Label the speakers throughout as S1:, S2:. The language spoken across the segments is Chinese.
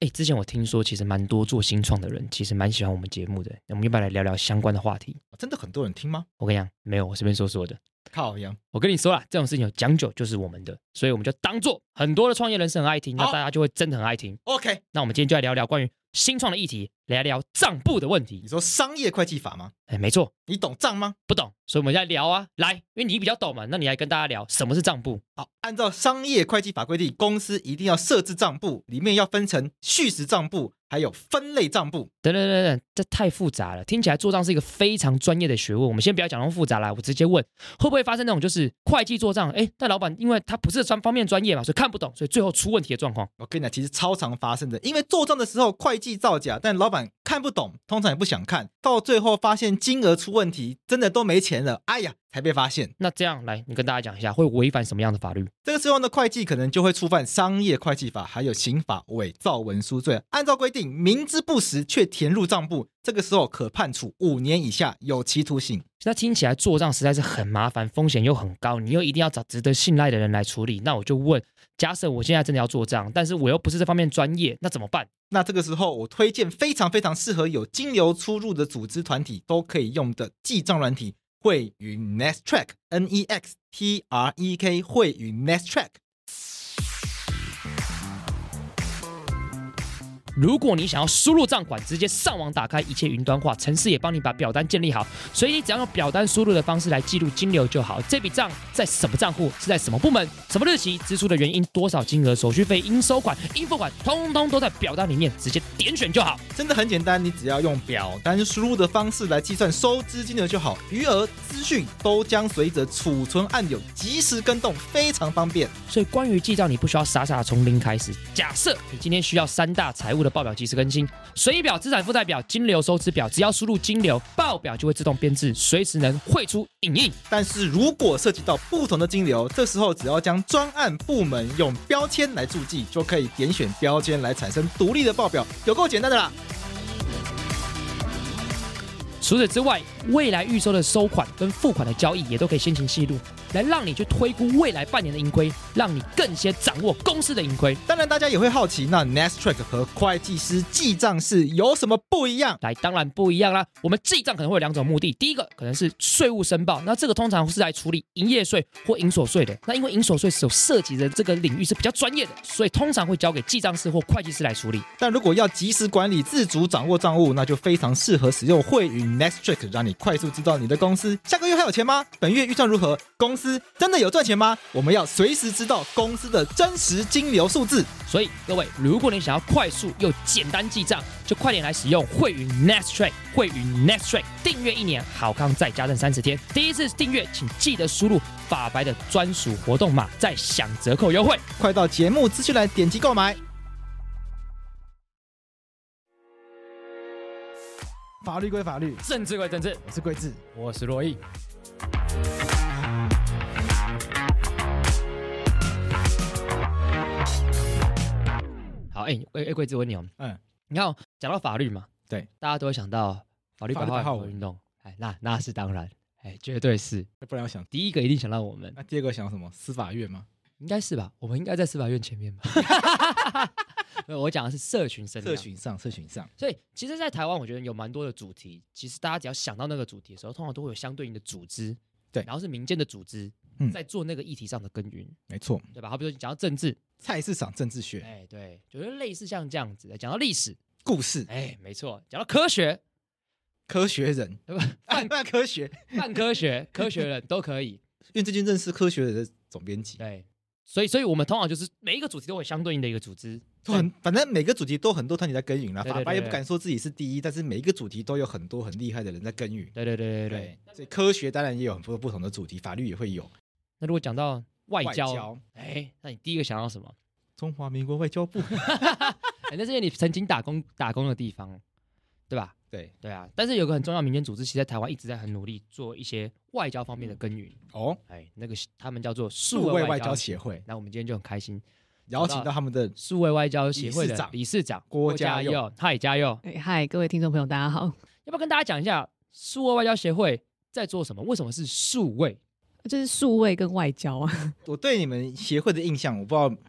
S1: 哎，之前我听说，其实蛮多做新创的人，其实蛮喜欢我们节目的。我们要不要来聊聊相关的话题？
S2: 真的很多人听吗？
S1: 我跟你讲，没有，我随便说说的。
S2: 靠呀！
S1: 我跟你说啦，这种事情有讲究就是我们的，所以我们就当做很多的创业人士很爱听，那
S2: 好
S1: 大家就会真的很爱听。
S2: OK，
S1: 那我们今天就来聊聊关于新创的议题，来聊账簿的问
S2: 你
S1: 题。
S2: 说商业会计法吗？
S1: 哎，没错，
S2: 你懂账吗？
S1: 不懂，所以我们在聊啊，来，因为你比较懂嘛，那你来跟大家聊什么是账簿。
S2: 好，按照商业会计法规定，公司一定要设置账簿，里面要分成序时账簿，还有分类账簿。
S1: 等等等等，这太复杂了，听起来做账是一个非常专业的学问。我们先不要讲那么复杂啦，我直接问，会不会发生那种就是会计做账，哎，但老板因为他不是专方面专业嘛，所以看不懂，所以最后出问题的状况。
S2: 我跟你讲，其实超常发生的，因为做账的时候会计造假，但老板看不懂，通常也不想看，到最后发现金额出问题，真的都没钱了，哎呀，才被发现。
S1: 那这样来，你跟大家讲一下，会违反什么样的法律？
S2: 这个时候呢，会计可能就会触犯商业会计法还有刑法伪造文书罪。按照规定，明知不实却填入账簿，这个时候可判处五年以下有期徒刑。
S1: 那听起来做账实在是很麻烦，风险又很高，你又一定要找值得信赖的人来处理。那我就问，假设我现在真的要做账，但是我又不是这方面专业，那怎么办？
S2: 那这个时候，我推荐非常非常适合有金流出入的组织团体都可以用的记账软体汇云 Nextrack N E X T R E K 汇云 Nextrack。
S1: 如果你想要输入账款，直接上网打开一切云端化，城市也帮你把表单建立好，所以你只要用表单输入的方式来记录金流就好。这笔账在什么账户，是在什么部门，什么日期，支出的原因，多少金额，手续费、应收款、应付款，通通都在表单里面，直接点选就好。
S2: 真的很简单，你只要用表单输入的方式来计算收支金额就好，余额、资讯都将随着储存按钮及时跟动，非常方便。
S1: 所以关于记账，你不需要傻傻地从零开始。假设你今天需要三大财务的报表及时更新，损益表、资产负债表、金流收支表，只要输入金流，报表就会自动编制，随时能汇出影印。
S2: 但是如果涉及到不同的金流，这时候只要将专案部门用标签来注记，就可以点选标签来产生独立的报表，有够简单的啦。
S1: 除此之外，未来预收的收款跟付款的交易也都可以先行记录，来让你去推估未来半年的盈亏，让你更先掌握公司的盈亏。
S2: 当然，大家也会好奇，那 Nextrack 和会计师记账是有什么不一样？
S1: 来，当然不一样啦。我们记账可能会有两种目的，第一个可能是税务申报，那这个通常是来处理营业税或营所税的。那因为营所税所涉及的这个领域是比较专业的，所以通常会交给记账师或会计师来处理。
S2: 但如果要及时管理、自主掌握账务，那就非常适合使用汇云 Nextrack，让你快速知道你的公司下个月还有钱吗？本月预算如何？公司真的有赚钱吗？我们要随时知道公司的真实金流数字。
S1: 所以各位，如果你想要快速又简单记账，就快点来使用汇云 Nextray，汇云 Nextray 订阅一年，好康再加赠三十天。第一次订阅，请记得输入法白的专属活动码，再享折扣优惠。
S2: 快到节目资讯栏点击购买。法律归法律，
S1: 政治归政治，
S2: 我是桂智。
S1: 我是洛毅。好，哎、哎、哎，桂子问你哦，
S2: 嗯，
S1: 你看、哦，讲到法律嘛，
S2: 对，
S1: 大家都会想到法律
S2: 法
S1: 白
S2: 律白
S1: 话
S2: 话
S1: 文
S2: 文
S1: 运动，哎，那那是当然，哎，绝对是
S2: 不然我想，
S1: 第一个一定想到我们，
S2: 那第二个想什么？司法院吗？
S1: 应该是吧？我们应该在司法院前面吧？ 没有，我讲的是社群声量，
S2: 社群上，社群上，
S1: 所以其实，在台湾，我觉得有蛮多的主题。其实大家只要想到那个主题的时候，通常都会有相对应的组织，
S2: 对
S1: 然后是民间的组织
S2: 嗯
S1: 在做那个议题上的耕耘，
S2: 没错。
S1: 对吧？好比说你讲到政治，
S2: 菜市场政治学
S1: 哎，对，就是类似像这样子的；讲到历史，
S2: 故事，
S1: 哎，没错；讲到科学，
S2: 科学人，
S1: 对吧？
S2: 按哎 那科学，
S1: 泛科学、科学人都可以，
S2: 因为最近认识科学人的总编辑，
S1: 对。所以，所以我们通常就是每一个主题都会有相对应的一个组织，
S2: 都 很反正每个主题都很多团体在耕耘啦。
S1: 对对
S2: 法白
S1: 对
S2: 也
S1: 对
S2: 不敢说自己是第一，但是每一个主题都有很多很厉害的人在耕耘。
S1: 对对对对对。，
S2: 所以科学当然也有很多不同的主题，法律也会有。
S1: 那如果讲到外
S2: 外
S1: 交
S2: 交，
S1: 哎，那你第一个想到什么？
S2: 中华民国外交部，
S1: 哎，那是因为你曾经打工打工的地方，对吧？
S2: 对，
S1: 对啊，但是有个很重要的民间组织，其实在台湾一直在很努力做一些外交方面的耕耘。
S2: 哦，
S1: 哎，那个是他们叫做数
S2: 数
S1: 位
S2: 位
S1: 外
S2: 外
S1: 交
S2: 交
S1: 协。
S2: 协会
S1: 那我们今天就很开心，
S2: 邀请到他们的
S1: 数位外交协会
S2: 理事
S1: 的
S2: 长
S1: 理事长
S2: 郭家佑
S1: 佑，嗨，家佑，
S3: 哎嗨，各位听众朋友，大家好。
S1: 要不要跟大家讲一下数位外交协会在做什么？为什么是数位？
S3: 这是数位跟外交啊，
S2: 我对你们协会的印象，我不知道，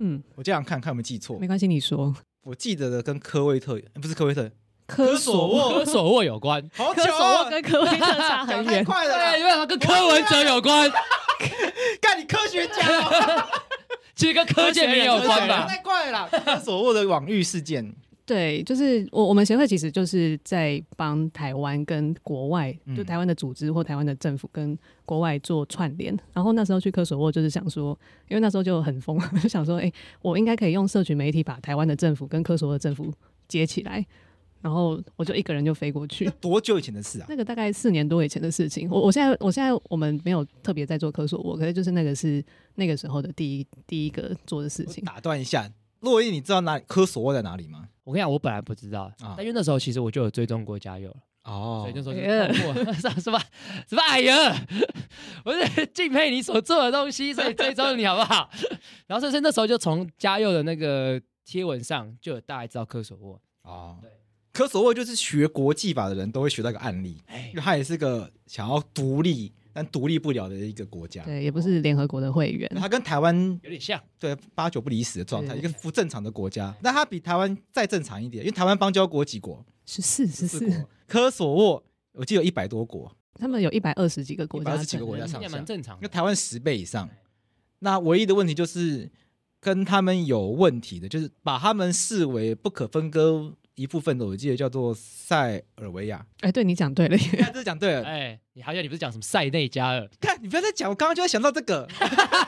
S3: 嗯，
S2: 我这样看看有没有记错
S3: 没。关系，你说。
S2: 我记得的跟科威特呃不是科威特，
S3: 科
S2: 索
S3: 索
S2: 沃
S3: 沃，
S1: 科索沃有关。
S2: 好
S3: 科
S2: 巧
S3: 索
S2: 啊
S3: 沃！跟科威特
S2: 讲
S3: 差很
S2: 太
S3: 远。
S2: 快了啦
S1: 对，，因啊为它跟柯文哲有 关，
S2: 啊干你科学家 哦，
S1: 其实跟柯建明有关
S2: 讲
S1: 吧？
S2: 太快了啦！科索沃的网域事件，
S3: 对，就是我我们协会其实就是在帮台湾跟国外，
S2: 嗯
S3: 就台湾的组织或台湾的政府跟国外做串联。然后那时候去科索沃，就是想说，因为那时候就很疯， 就想说，哎、我应该可以用社群媒体把台湾的政府跟科索沃的政府接起来。然后我就一个人就飞过去
S2: 那， 多久以前的事啊？
S3: 那个大概四年多以前的事情。我我现在我现在我们没有特别在做科索沃，可是就是那个是那个时候的第一第一个做的事
S2: 我
S3: 情。
S2: 打断一下，洛伊，你知道哪科索沃在哪里吗？
S1: 我跟你讲，我本来不知道，
S2: 啊
S1: 但因为那时候其实我就有追踪国家有了，所
S2: 哦
S1: 以那时候就通过 什么什么哎呀， 我是敬佩你所做的东西，所以追踪你好不好？ 然后甚至那时候就从嘉佑的那个贴文上就有大概知道科索沃，
S2: 哦
S1: 对，
S2: 科索沃就是学国际法的人都会学到一个案例，
S1: 哎
S2: 因为它也是个想要独立但独立不了的一个国家。
S3: 对，也不是联合国的会员。
S2: 它跟台湾
S1: 有点像，
S2: 对八九不离十的状态，
S3: 对
S2: 一个不正常的国家。那它比台湾再正常一点，因为台湾邦交国几国？
S3: 十四十
S2: 四
S3: 四，
S2: 国。科索沃我记得有一百多国，
S3: 他们有一百二十几个国家
S2: 120
S3: 承认，
S2: 几个国家上
S1: 也蛮正常
S2: 那
S1: 的。
S2: 台湾十倍以上。那唯一的问题就是跟他们有问题的，就是把他们视为不可分割一部分的，我记得叫做塞尔维 亚。
S3: 哎，对你讲对了，
S2: 哎，这讲对了，
S1: 哎，你好像你不是讲什么塞内加尔，
S2: 看，你不要再讲，我刚刚就在想到这个，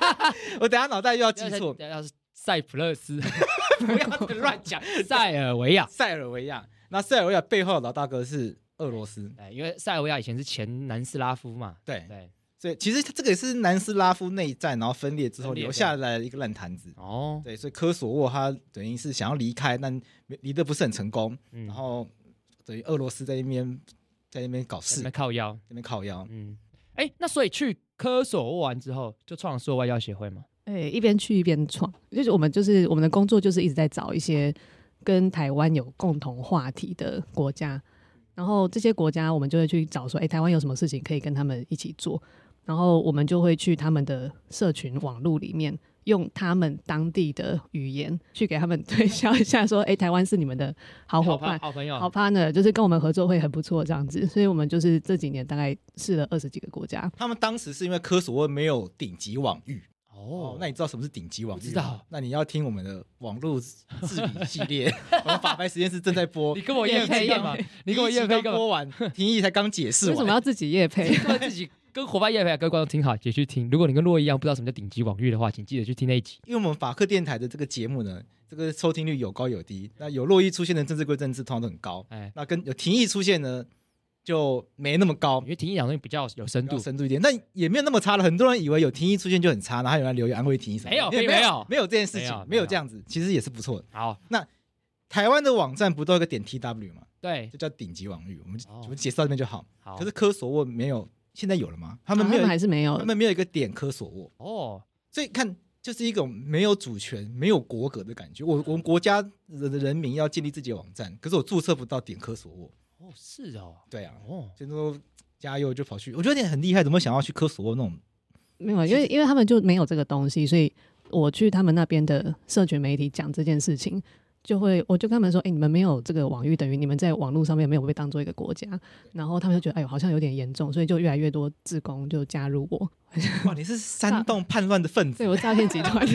S2: 我等下脑袋又要记错，
S1: 要是塞浦路斯， 不要再乱讲，塞尔维亚。
S2: 塞尔维亚。那塞尔维亚背后的老大哥是俄罗斯，
S1: 哎，因为塞尔维亚以前是前南斯拉夫嘛，哎
S2: 对，
S1: 对，
S2: 所以其实这个也是南斯拉夫内战，然后分裂之后
S1: 分裂
S2: 留下来的一个烂摊子。
S1: 哦，
S2: 对，所以科索沃他等于是想要离开，但没离得不是很成功，
S1: 嗯
S2: 然后等于俄罗斯在那边在那边搞
S1: 在
S2: 事，
S1: 那边
S2: 在
S1: 靠腰，
S2: 那边靠腰。
S1: 嗯，哎，那所以去科索沃完之后，就创了所有外交协会嘛，
S3: 哎，一边去一边闯，就是我们就是我们的工作就是一直在找一些跟台湾有共同话题的国家，然后这些国家我们就会去找说，哎，台湾有什么事情可以跟他们一起做，然后我们就会去他们的社群网络里面。用他们当地的语言去给他们 推销一下，说：“哎、台湾是你们的好伙
S1: 朋，
S3: 伴
S1: 哎好朋友，
S3: 好 partner，就是跟我们合作会很不错这样子，所以我们就是这几年大概试了二十几个国家。
S2: 他们当时是因为科索沃没有顶级网域哦
S1: 哦，，
S2: 那你知道什么是顶级网域吗？
S1: 不知道
S2: 那你要听我们的网络治理系 列，我们法白实验室正在播
S1: 你。跟我
S3: 叶
S1: 验
S3: 配
S1: 配
S3: 一样
S1: 干嘛？
S2: 你
S1: 你跟我验
S2: 验
S1: 配干
S2: 配刚
S1: 嘛？
S2: 播完，廷义才刚啊解释
S3: 为什么
S2: 完。
S3: 要自己 夜配？
S1: 各位自 己跟伙伴验配，各位观众听好，也去听。如果你跟洛伊一样不知道什么叫顶级网域的话，请记得去听那一集。
S2: 因为我们法克电台的这个节目呢，这个收听率有高有低。那有洛伊出现的政治归政治，通常都很高。
S1: 哎，
S2: 那跟有廷义出现呢，就没那么高
S1: 因，为听一讲东西比较有深
S2: 要
S1: 度，
S2: 深度一点，但也没有那么差了。很多人以为有廷义出现就很差，然后有人留言安慰廷义什么
S1: 没
S2: 的，
S1: 有
S2: 也
S1: 并没
S2: 有
S1: 有，
S2: 没有这件事
S1: 没有
S2: 情，没
S1: 没有
S2: 有这样子，其实也是不错的。
S1: 好，
S2: 台湾的网站不都有个点 TW 嘛，
S1: 对，
S2: 就叫顶级网域，我们就
S1: 哦
S2: 我们解释到这边就好。
S1: 好，
S2: 可是科索沃没有，现在有了吗？他
S3: 他
S2: 们没有，
S3: 还是没有
S2: 他们没有一个点科索沃，
S1: 哦，
S2: 所以看就是一种没有主权、没有国格的感觉。我我们国家的人民要建立自己的网站，可是我注册不到点科索沃。
S1: 哦是哦，
S2: 对啊，
S1: 哦，
S2: 所以说加油就跑去，我觉得你很厉害，怎么想要去科索沃那种？
S3: 没有，因为因为他们就没有这个东西，所以我去他们那边的社群媒体讲这件事情，就会我就跟他们说：哎、你们没有这个网域，等于你们在网络上面没有被当做一个国家。然后他们就觉得：哎呦，好像有点严重，所以就越来越多志工就加入我，
S2: 哇，你是煽动叛乱的分
S3: 所以
S2: 子，
S3: 我诈骗集团。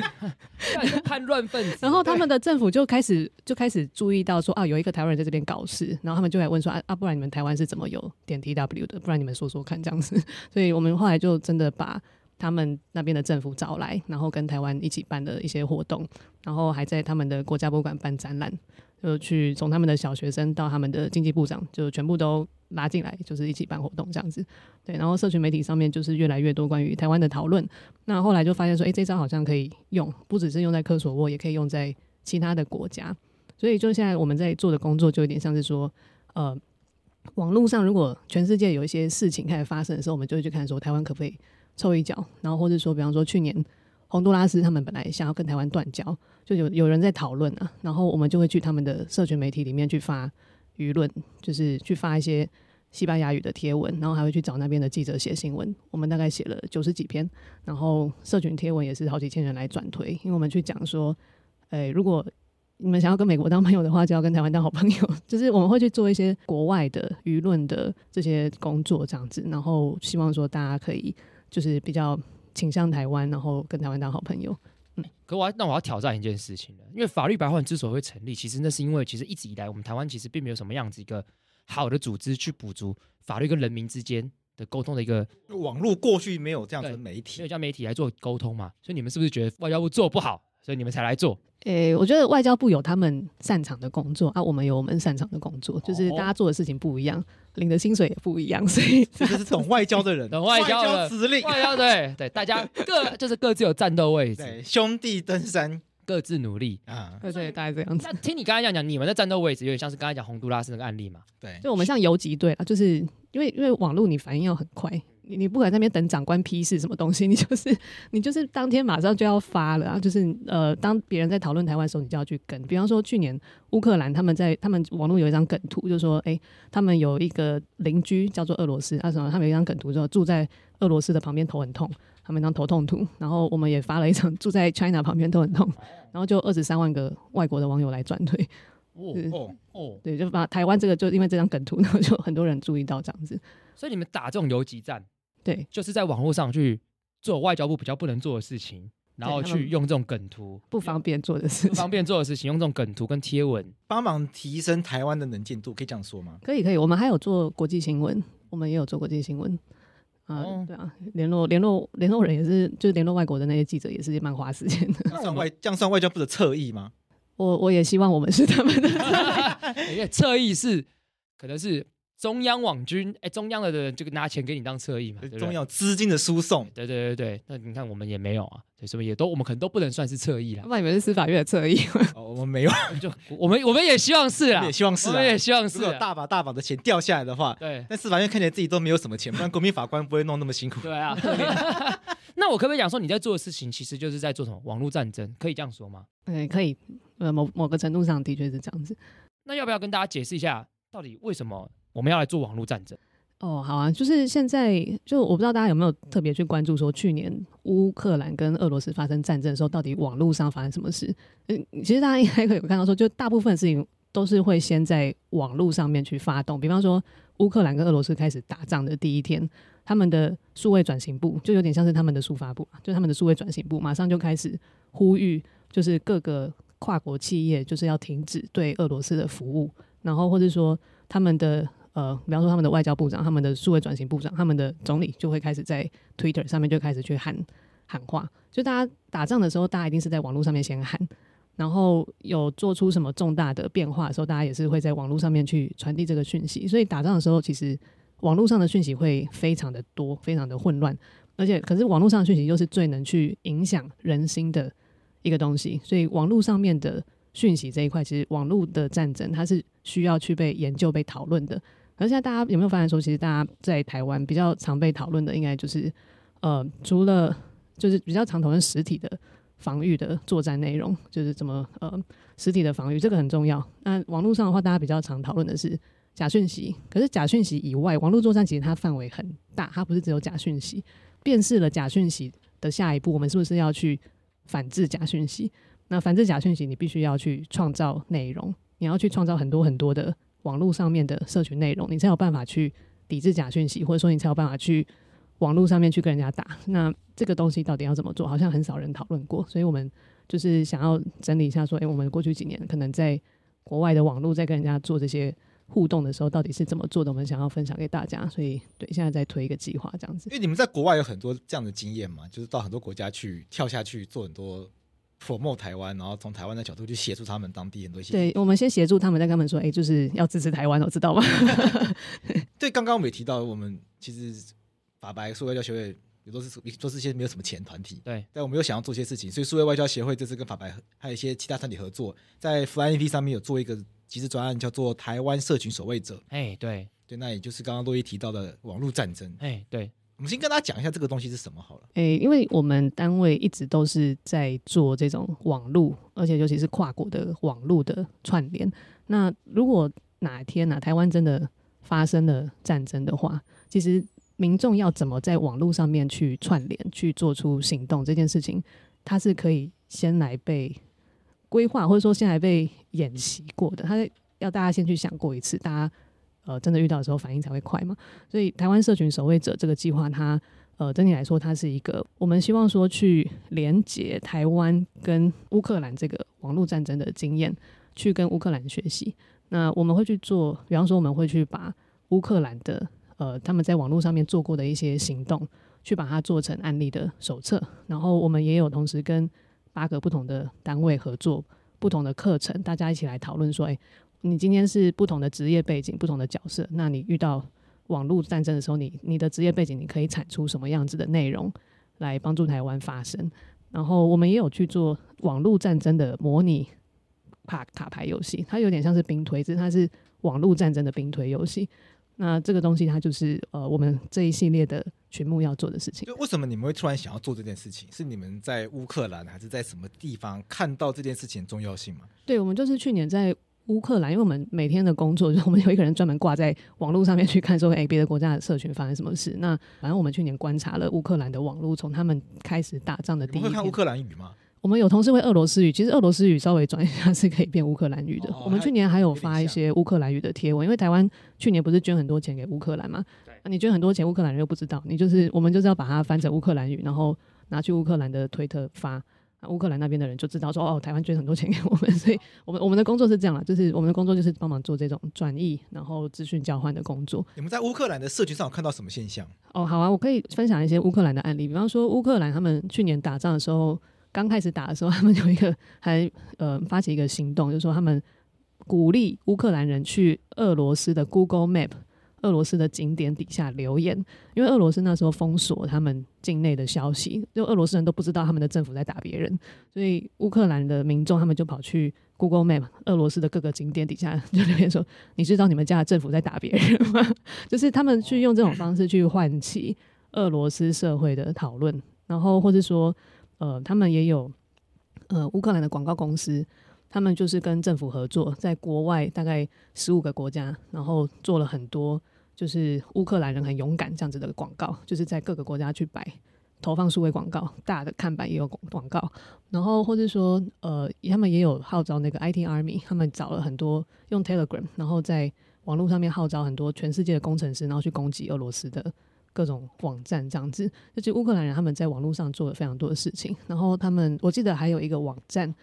S1: 那你是叛乱分子，啊
S3: 然后他们的政府就开始就开始注意到说啊，有一个台湾人在这边搞事，然后他们就来问说啊啊，不然你们台湾是怎么有点 TW 的？不然你们说说看这样子。 所以我们后来就真的把他们那边的政府找来，然后跟台湾一起办的一些活动，然后还在他们的国家博物馆办展览，就去从他们的小学生到他们的经济部长，就全部都。拉进来就是一起办活动这样子，对，然后社群媒体上面就是越来越多关于台湾的讨论，那后来就发现说，哎、这招好像可以用，不只是用在科索沃，也可以用在其他的国家。所以就现在我们在做的工作，就有点像是说，呃，网络上如果全世界有一些事情开始发生的时候，我们就会去看说台湾可不可以凑一脚，然后或者说，比方说去年洪都拉斯他们本来想要跟台湾断交，就有有人在讨论啊，然后我们就会去他们的社群媒体里面去发舆论，就是去发一些西班牙语的贴文，然后还会去找那边的记者写新闻。我们大概写了九十几篇，然后社群贴文也是好几千人来转推，因为我们去讲说，诶、如果你们想要跟美国当朋友的话，就要跟台湾当好朋友。 就是我们会去做一些国外的舆论的这些工作，这样子，然后希望说大家可以就是比较倾向台湾，然后跟台湾当好朋友。
S1: 可我要那我要挑战一件事情了，因为法律白话文之所以会成立，其实那是因为其实一直以来我们台湾其实并没有什么样子一个好的组织去补足法律跟人民之间的沟通的一个，
S2: 网络过去没有这样子的
S1: 对
S2: 媒
S1: 没有
S2: 体，
S1: 叫媒体来做沟通嘛，所以你们是不是觉得外交部做不好，所以你们才来做？
S3: 诶、我觉得外交部有他们擅长的工作啊，我们有我们擅长的工作，就是大家做的事情不一样，领的薪水也不一样，所以
S2: 这就是懂外交的人，
S1: 懂外交
S2: 交
S1: 的
S2: 指令，
S1: 外交对对，大家各就是各自有战斗位置，
S2: 对，兄弟登山
S1: 各自努力。
S2: 啊，
S3: 对对，大概这样子。
S1: 那听你刚才讲讲，你们的战斗位置有点像是刚才讲洪都拉斯那个案例嘛？
S2: 对，
S3: 就我们像游击队啊，就是因为因为网络你反应要很快，你你不敢在那边等长官批示什么东西，你就是你就是当天马上就要发了啊，就是呃，当别人在讨论台湾的时候，你就要去跟。比方说去年乌克兰他们在他们网络有一张梗图，就说哎、诶他们有一个邻居叫做俄罗斯啊什么，他们有一张梗图说住在俄罗斯的旁边头很痛。他们一张头痛图，然后我们也发了一张 住在 China 旁边头很痛，然后就二十三万个外国的网友来转推，
S1: 哦
S3: 是
S2: 哦，
S1: 哦，
S3: 对，就把台湾这个就因为这张梗图，然后就很多人注意到这样子。
S1: 所以你们打这种游击战，
S3: 对，
S1: 就是在网络上去做外交部比较不能做的事情，然后
S3: 对他们
S1: 去用这种梗 图，
S3: 不方便做的事
S1: 不方
S3: 情。
S1: 便做的事情，用这种梗图跟贴文。
S2: 帮忙提升台湾的能见度，可以这样说吗？
S3: 可以可以，我们还有做国际新闻，我们也有做国际新闻。啊、
S1: 哦
S3: 对啊，联络联络联络人也是，就是联络外国的那些记者也是蛮花时间的。
S2: 这样算外这样算外交部的侧翼吗？
S3: 我我也希望我们是他们的
S1: 因为侧翼是可能是中央网军，哎，中央的人就拿钱给你当侧翼嘛，对不对
S2: 重。要资金的 输送，
S1: 对对对对，那你看我们也没有啊，对，所以也都我们可能都不能算是侧翼啦
S3: 不，然你们是司法院的侧翼。
S2: 哦，我们没有，
S1: 就我们我们也希望是
S2: 我
S1: 啦
S2: 们也，希望是
S1: 我
S2: 啊
S1: 们。也希望
S2: 如
S1: 是
S2: 果有
S1: 啊，
S2: 大把大把的钱掉下来的话，
S1: 对
S2: 那司法院看起来自己都没有什么钱，不然国民法官不会弄那么辛苦。
S1: 对啊。 那我可不可以讲说你在做的事情其实就是在做什么网络战争？可以这样说吗？
S3: 嗯，可以，呃，某某个程度上的确是这样子。
S1: 那要不要跟大家解释一下，到底为什么我们要来做网络战争？
S3: 哦，好啊，就是现在，就我不知道大家有没有特别去关注说，去年乌克兰跟俄罗斯发生战争的时候，到底网络上发生什么事？嗯，其实大家应该有看到说，就大部分事情都是会先在网络上面去发动，比方说乌克兰跟俄罗斯开始打仗的第一天，他们的数位转型部就有点像是他们的数发部啊嘛，就他们的数位转型部马上就开始呼吁，就是各个跨国企业就是要停止对俄罗斯的服务，然后或者说他们的呃，比方说他们的外交部长、他们的数位转型部长、他们的总理就会开始在 Twitter 上面就开始去喊喊话，就大家打仗的时候，大家一定是在网络上面先喊。然后有做出什么重大的变化的时候，大家也是会在网络上面去传递这个讯息。所以打仗的时候，其实网络上的讯息会非常的多，非常的混乱，而且可是网络上的讯息又是最能去影响人心的一个东西，所以网络上面的讯息这一块，其实网络的战争它是需要去被研究、被讨论的。而现在大家有没有发现说，其实大家在台湾比较常被讨论的，应该就是呃，除了就是比较常讨论实体的防御的作战内容，就是怎么呃实体的防御这个很重要。那网络上的话，大家比较常讨论的是假讯息，可是假讯息以外，网络作战其实它范围很大，它不是只有假讯息。辨识了假讯息的下一步，我们是不是要去反制假讯息？那反制假讯息，你必须要去创造内容，你要去创造很多很多的网络上面的社群内容，你才有办法去抵制假讯息，或者说你才有办法去网络上面去跟人家打。那这个东西到底要怎么做？好像很少人讨论过，所以我们就是想要整理一下，说，诶、我们过去几年可能在国外的网络在跟人家做这些互动的时候，到底是怎么做的？我们想要分享给大家，所以对，现在在推一个计划这样子
S2: 因。为你们在国外有很多这样的经验嘛，就是到很多国家去跳下去做很多 promote 台湾，然后从台湾的角度去协助他们当地很多一些。
S3: 对，我们先协助他们，再跟他们说，哎、就是要支持台湾哦，知道吗？
S2: 对，刚刚我们也提到，我们其实法白数位外交协会也都是都是一些没有什么钱团体，
S1: 对，
S2: 但我们又想要做一些事情，所以数位外交协会这次跟法白合还有一些其他团体合作，在 FlyNP 上面有做一个集资专案，叫做“台湾社群守卫者
S1: 哎，对，”。
S2: 对，那也就是刚刚洛伊提到的网络战争。
S1: 哎，对，
S2: 我们先跟大家讲一下这个东西是什么好了。
S3: 哎、因为我们单位一直都是在做这种网络，而且尤其是跨国的网络的串联。那如果哪天啊，台湾真的发生了战争的话，其实民众要怎么在网络上面去串联、去做出行动这件事情，它是可以先来被规划，或者说现在被演习过的，它要大家先去想过一次，大家呃真的遇到的时候反应才会快嘛。所以台湾社群守卫者这个计划，它呃整体来说，它是一个我们希望说去连接台湾跟乌克兰这个网络战争的经验，去跟乌克兰学习。那我们会去做，比方说我们会去把乌克兰的呃他们在网络上面做过的一些行动，去把它做成案例的手册。然后我们也有同时跟八个不同的单位合作，不同的课程，大家一起来讨论说，哎，你今天是不同的职业背景、不同的角色，那你遇到网络战争的时候，你你的职业背景你可以产出什么样子的内容来帮助台湾发声？然后我们也有去做网络战争的模拟卡卡牌游戏，它有点像是兵推，只是它是网络战争的兵推游戏。那这个东西它就是呃我们这一系列的群目要做的事情。
S2: 就为什么你们会突然想要做这件事情？是你们在乌克兰还是在什么地方看到这件事情的重要性吗？
S3: 对，我们就是去年在乌克兰，因为我们每天的工作，就是我们有一个人专门挂在网络上面去看说，哎，别的国家的社群发生什么事。那反正我们去年观察了乌克兰的网络，从他们开始打仗的
S2: 你
S3: 第一
S2: 们会看乌
S3: 天，
S2: 克兰语吗？
S3: 我们有同事会俄罗斯语，其实俄罗斯语稍微转一下是可以变乌克兰语的。
S2: 哦
S3: 我们去年还有发一些乌克兰语的贴文，因为台湾去年不是捐很多钱给乌克兰嘛？那、你捐很多钱，乌克兰人又不知道，你就是我们就是要把它翻成乌克兰语，然后拿去乌克兰的推特发。那乌克兰那边的人就知道说哦，台湾捐很多钱给我们， 所以我们我们的工作是这样啦，就是我们的工作就是帮忙做这种转译，然后资讯交换的工作。
S2: 你们在乌克兰的社群上有看到什么现象？
S3: 哦，好啊，我可以分享一些乌克兰的案例，比方说乌克兰他们去年打仗的时候，刚开始打的时候， 他们有一个还呃发起一个行动，就是说他们鼓励乌克兰人去俄罗斯的 Google Map。俄罗斯的景点底下留言，因为俄罗斯那时候封锁他们境内的消息，就俄罗斯人都不知道他们的政府在打别人，所以乌克兰的民众他们就跑去 Google Map 俄罗斯的各个景点底下 就留言说：“你知道你们家的政府在打别人吗？”就是他们去用这种方式去唤起俄罗斯社会的讨论，然后或是说，呃，他们也有呃乌克兰的广告公司，他们就是跟政府合作，在国外大概十五个国家，然后做了很多就是乌克兰人很勇敢这样子的广告，就是在各个国家去摆。投放数位广告，大的看板也有广广告，然后或是说，呃，他们也有号召那个 IT Army，他们找了很多用 Telegram，然后在网络上面号召很多全世界的工程师，然后去攻击俄罗斯的各种网站，这样子。就是乌克兰人他们在网络上做了非常多的事情，然后他们我记得还有一个网站，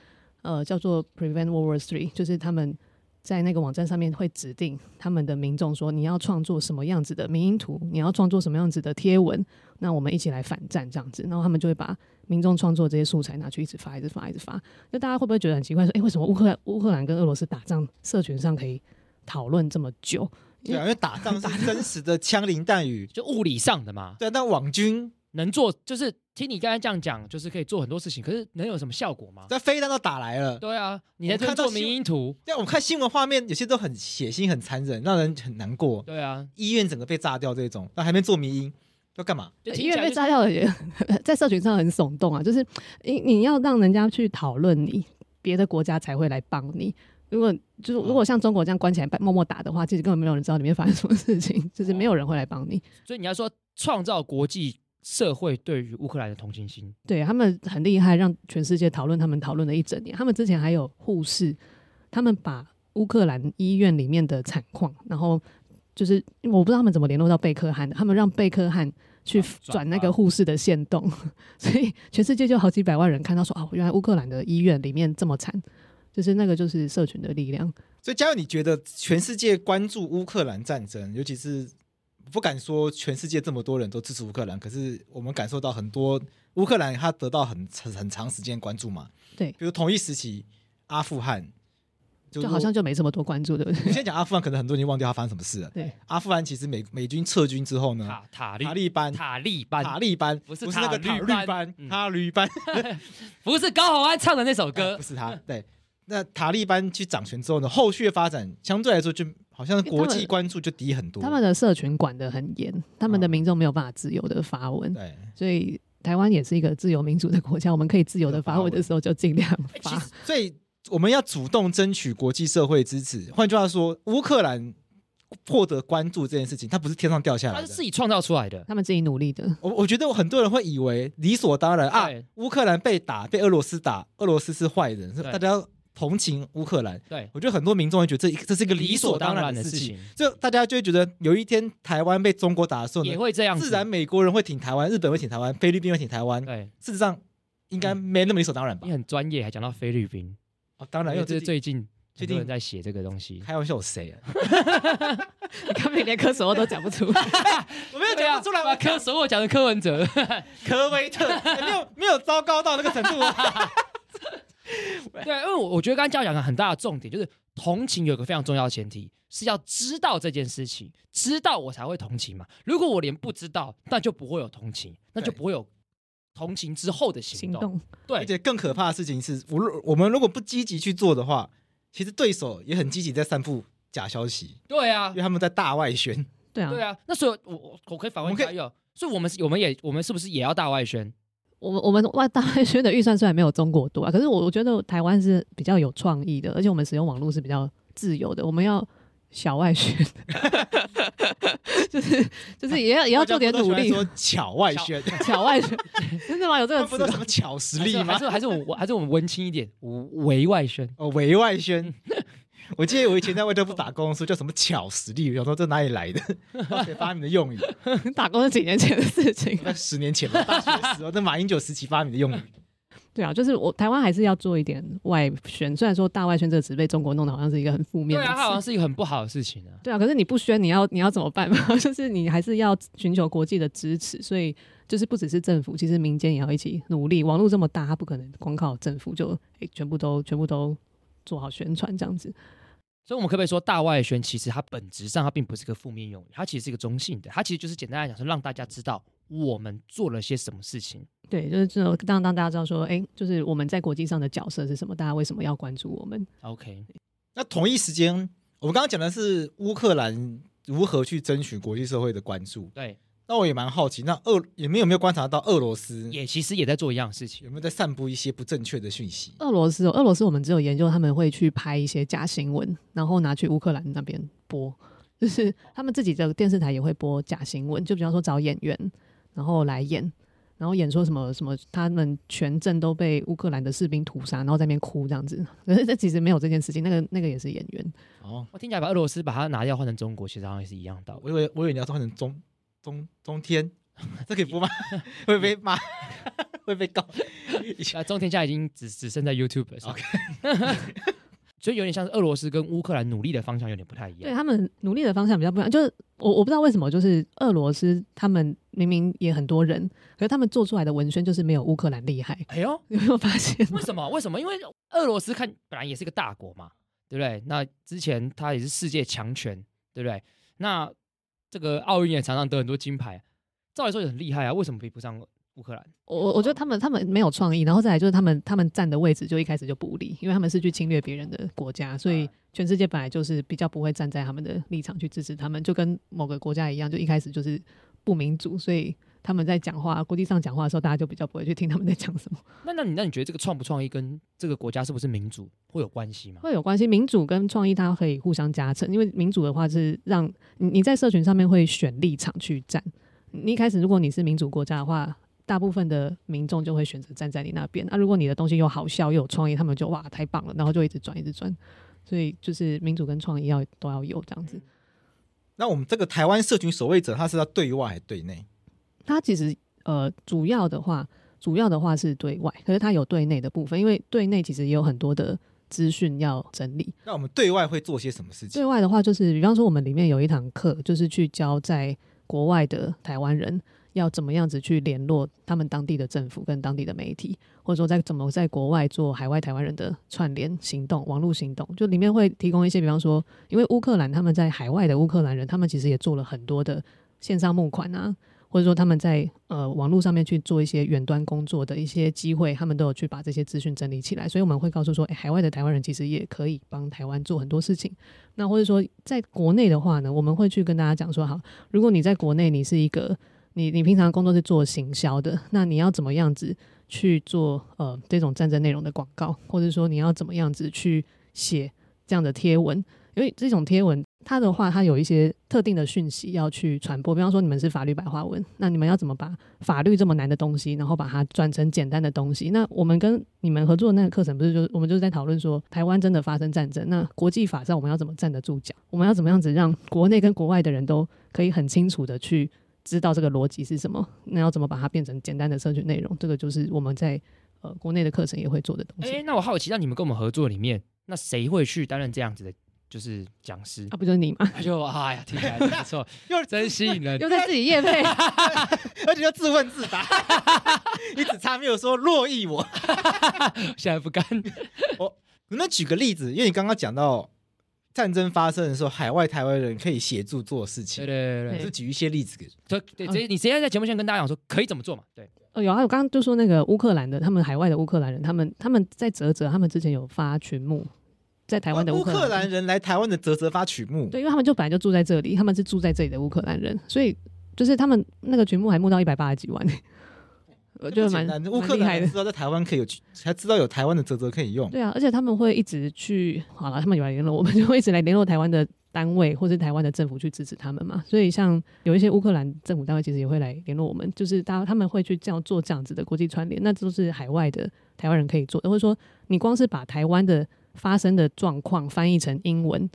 S3: 呃，叫做 Prevent World War Three，就是他们在那个网站上面会指定他们的民众说，你要创作什么样子的民音图，你要创作什么样子的贴文，那我们一起来反战这样子。然后他们就会把民众创作这些素材拿去一直发，一直发，一直发。就大家会不会觉得很奇怪，说，诶，为什么乌克兰乌克兰跟俄罗斯打仗，社群上可以讨论这么久？
S2: 对啊，因为打仗是真实的枪林弹 雨。
S1: 就物理上的嘛，
S2: 对啊，但网军
S1: 能做就是听你刚才这样讲，就是可以做很多事情，可是能有什么效果吗？
S2: 在飞弹都打来了。
S1: 对啊，你在
S2: 我
S1: 这边
S2: 看到
S1: 做
S2: 新
S1: 迷因图，
S2: 但我们看新闻画面，有些都很血腥、很残忍，让人很难过。
S1: 对啊，
S2: 医院整个被炸掉这种，那还没做迷音，要干嘛？
S1: 就听
S3: 因
S1: 起
S3: 为
S1: 来
S3: 被
S1: 就是
S3: 炸掉的也 在社群上很耸动啊，就是你你要让人家去讨论你，别的国家才会来帮你。如果就是如果像中国这样关起来默默打的话，其实根本没有人知道里面发生什么事情，就是没有人会来帮你。
S1: 所以你要说创造国际社会对于乌克兰的同情心，
S3: 对他们很厉害，让全世界讨论他们讨论了一整年。他们之前还有护士，他们把乌克兰医院里面的惨况，然后就是我不知道他们怎么联络到贝克汉的，他们让贝克汉去
S1: 转
S3: 转那个护士的线动， 所以全世界就好几百万人看到说哦，原来乌克兰的医院里面这么惨，就是那个就是社群的力量。
S2: 所以，嘉佑，你觉得全世界关注乌克兰战争，尤其是不敢说全世界这么多人都支持乌克兰，可是我们感受到很多乌克兰他得到很很长时间关注嘛？
S3: 对
S2: 比如同一时期阿富汗，就
S3: 就好像就没这么多关注，对不
S2: 我
S3: 对？
S2: 先讲阿富汗，可能很多人已经忘掉他发生什么事了。
S3: 对，
S2: 阿富汗其实美美军撤军之后呢，
S1: 塔塔利
S2: 嗯塔利班。
S1: 塔利班
S2: 塔利班
S1: 不是
S2: 那个
S1: 塔
S2: 塔
S1: 利
S2: 利
S1: 班
S2: 班，
S1: 嗯
S2: 塔利班
S1: 不是高洪安唱的那首
S2: 哎
S1: 歌
S2: 不，是他，对。那塔利班去掌权之后呢，后续的发展相对来说就好像国际关注就低很多。
S3: 他们的社群管得很严，他们的
S2: 嗯
S3: 民众没有办法自由的发文。
S2: 对，
S3: 所以台湾也是一个自由民主的国家，我们可以自由的发文的时候就尽量
S1: 哎其
S3: 发。
S1: 实
S2: 所以我们要主动争取国际社会支持。换句话说，乌克兰获得关注这件事情，哎它不是天哎上掉下
S1: 他
S2: 来
S1: 是
S2: 的
S1: 自。己创造出来的。
S3: 他们自己努力的，
S2: 我我觉得很多人会以为理所当然啊
S1: 对，
S2: 乌克兰被打，被俄罗斯打，俄罗斯是坏人，
S1: 对
S2: 大家同情乌克兰。
S1: 对，
S2: 我觉得很多民众会觉得这一这是一个理所当然
S1: 的
S2: 的事情，
S1: 情
S2: 就大家就会觉得有一天台湾被中国打的时候呢
S1: 也，会这样子，
S2: 自然美国人会挺台湾，日本会挺台湾，菲律宾会挺台湾。
S1: 对，
S2: 事实上应该
S1: 嗯
S2: 没那么理所当然吧
S1: 哎你？很专业，还讲到菲律宾，
S2: 哦，当然，
S1: 因为
S2: 因为
S1: 这
S2: 最
S1: 是最近最
S2: 最近
S1: 近在写这个东 西，
S2: 开玩笑有谁啊？
S3: 你看每连科什么都讲不出，
S2: 我没有讲得出来，
S1: 啊把
S2: 我
S1: 科手我讲的柯文哲，
S2: 啊科威特哎没有没有糟糕到那个程 度啊。
S1: 对，因为我我觉得刚刚教讲的很大的重点就是同情有一个非常重要的前提是要知道这件事情，知道我才会同情嘛。如果我连不知道，那就不会有同情，那就
S2: 对
S1: 不会有同情之后的行
S3: 行
S1: 动。
S3: 动
S1: 对，
S2: 而且更可怕的事情是，无论我们如果不积极去做的话，其实对手也很积极在散布假消息，
S1: 对啊
S2: 因为，他们在大外宣。
S3: 对啊，
S1: 对啊。那所以我，我我可以反问
S2: 我
S1: 一
S2: 们
S1: 下
S2: 可
S1: 友，所以我们是我们也我们是不是也要大外宣？
S3: 我们我们外大外宣的预算虽然没有中国多啊，可是我我觉得台湾是比较有创意的，而且我们使用网络是比较自由的，我们要小外宣， 就是就是也要也要做点努
S2: 大家
S3: 力
S2: 不，都喜欢说巧外宣，
S3: 小外宣， 真的吗？有这
S2: 他们不
S3: 个词
S2: 都
S3: 吗
S2: 什？么巧实
S1: 还
S2: 力
S1: 是还
S2: 吗？
S1: 是还是我我还是我们文青一点，无为外宣。
S2: 哦，伪外宣。我记得我以前在外交部打工的时候叫什么巧实力，我想说这哪里来的？ 到底发明的用语？
S3: 打工是几年前的事情，
S2: 在十年前吧，大学的时候，那马英九时期发明的用语。
S3: 对啊，就是我台湾还是要做一点外宣，虽然说大外宣这个词被中国弄得好像是一个很负
S1: 对
S3: 面的
S1: 啊，它好像
S3: 词。
S1: 是一个很不好的事情啊。
S3: 对啊，可是你不宣，你要你要怎么办嘛？ 就是你还是要寻求国际的支持，所以就是不只是政府，其实民间也要一起努力。网络这么大，它不可能光靠政府就诶全部都全部都做好宣传这样子。
S1: 所以，我们可不可以说，大外宣其实它本质上它并不是个负面用语，它其实是一个中性的，它其实就是简单来讲，是让大家知道我们做了些什么事情。
S3: 对，就是这种让让大家知道说，诶，就是我们在国际上的角色是什么，大家为什么要关注我们？
S1: OK，
S2: 那同一时间，我们刚刚讲的是乌克兰如何去争取国际社会的关注。
S1: 对，
S2: 那我也蛮好奇，那俄你们有没有观察到俄罗斯
S1: 也其实也在做一样的事情。
S2: 有没有在散布一些不正确的讯息？
S3: 俄罗斯、哦，俄罗斯我们只有研究他们会去拍一些假新闻，然后拿去乌克兰那边播，就是 他们自己的电视台也会播假新闻，就比方说找演员，然后来演，然后演说什么什么，他们全镇都被乌克兰的士兵屠杀，然后在那边哭这样子。 可是这其实没有这件事情，那个那个也是演员，
S2: 哦，
S1: 我听起来把俄罗斯把它拿掉换成中国，其实好像也是一样的道理。
S2: 我以为我以为你要换成中中中天， 这可以播吗？会被骂， 会被告。
S1: 那中天下已经只只剩在 YouTube 上 所以有点像是俄罗斯跟乌克兰努力的方向有点不太一
S3: 对啊
S1: 样。
S3: 他们努力的方向比较不一样。就是我我不知道为什么，就是俄罗斯他们明明也很多人，可是他们做出来的文宣就是没有乌克兰厉害，
S1: 哎呦，
S3: 有没有发现？
S1: 为什么？为什么？因为俄罗斯看本来也是个大国嘛，对不对？那之前它也是世界强权，对不对？那这个奥运也常常得很多金牌，照理说也很厉害啊，为什么比不上乌克兰？
S3: 我我我觉得他们他们没有创意，然后再来就是他们他们站的位置就一开始就不利，因为他们是去侵略别人的国家，所以全世界本来就是比较不会站在他们的立场去支持他们，就跟某个国家一样，就一开始就是不民主，所以他们在讲话国际上讲话的时候，大家就比较不会去听他们在讲什么，
S1: 那那你那你觉得这个创不创意跟这个国家是不是民主会有关系吗？
S3: 会有关系。民主跟创意它可以互相加成，因为民主的话是让你你在社群上面会选立场去站，你一开始如果你是民主国家的话。大部分的民众就会选择站在你那边。啊那、如果你的东西又好笑又有创意，他们就哇太棒了，然后就一直转一直转。所以就是民主跟创意要都要有这样子。
S2: 那我们这个台湾社群守卫者，他是要对外还是对内？
S3: 它其实呃主要的话，主要的话是对外，可是它有对内的部分，因为对内其实也有很多的资讯要整理。
S2: 那我们对外会做些什么事情？
S3: 对外的话，就是比方说我们里面有一堂课，就是去教在国外的台湾人要怎么样子去联络他们当地的政府跟当地的媒体，或者说在怎么在国外做海外台湾人的串联行动、网络行动。就里面会提供一些，比方说，因为乌克兰他们在海外的乌克兰人，他们其实也做了很多的线上募款啊。或者说他们在呃网络上面去做一些远端工作的一些机会，他们都有去把这些资讯整理起来，所以我们会告诉说，哎，海外的台湾人其实也可以帮台湾做很多事情。那或者说在国内的话呢，我们会去跟大家讲说，好，如果你在国内你是一个你你平常工作是做行销的，那你要怎么样子去做呃这种战争内容的广告，或者说你要怎么样子去写这样的贴文，因为这种贴文它的话，它有一些特定的讯息要去传播。比方说，你们是法律白话文，那你们要怎么把法律这么难的东西，然后把它转成简单的东西？那我们跟你们合作的那个课程，不是就是我们就是在讨论说，台湾真的发生战争，那国际法上我们要怎么站得住脚？我们要怎么样子让国内跟国外的人都可以很清楚的去知道这个逻辑是什么？那要怎么把它变成简单的社群内容？这个就是我们在呃国内的课程也会做的东西。
S1: 哎，那我好奇，那你们跟我们合作里面，那谁会去担任这样子的，就是讲师？
S3: 啊，不就是你吗？
S1: 他就 哎呀，听起来真不错，
S2: 又
S1: 真吸引人。
S3: 又在自 己夜配，
S2: 而且又自问自答， 你只差没有说洛意我。
S1: 现在不干，
S2: 那举个例子，因为你刚刚讲到战争发生的时候，海外台湾人可以协助做事
S1: 对对
S2: 情，
S1: 对对
S2: 就举一些例子给。
S1: 对，对，直接你直接在节目前跟大家讲说可以怎么做嘛？对，
S3: 哦，有啊，我刚刚就说那个乌克兰的，他们海外的乌克兰人，他们他们在泽泽，他们之前有发群募，在台湾的
S2: 哦乌
S3: 克兰
S2: 克兰人来台湾的泽泽发曲目，
S3: 对，因为他们就本来就住在这里，他们是住在这里的乌克兰人，所以就是他们那个群募还募到一百八十几万， 我觉
S2: 这
S3: 得
S2: 不简
S3: 蛮
S2: 单，乌
S3: 蛮
S2: 克
S3: 厉害
S2: 兰人
S3: 的。
S2: 知道在台湾可以有，才知道有台湾的泽泽可以用。
S3: 对啊，而且他们会一直去，好了，他们有来联络我们，就会一直来联络台湾的单位或是台湾的政府去支持他们嘛。所以像有一些乌克兰政府单位其实也会来联络我们，就是大家他们会去这样做这样子的国际串联，那都是海外的台湾人可以做的，或者说你光是把台湾的发生的状况翻译成英文，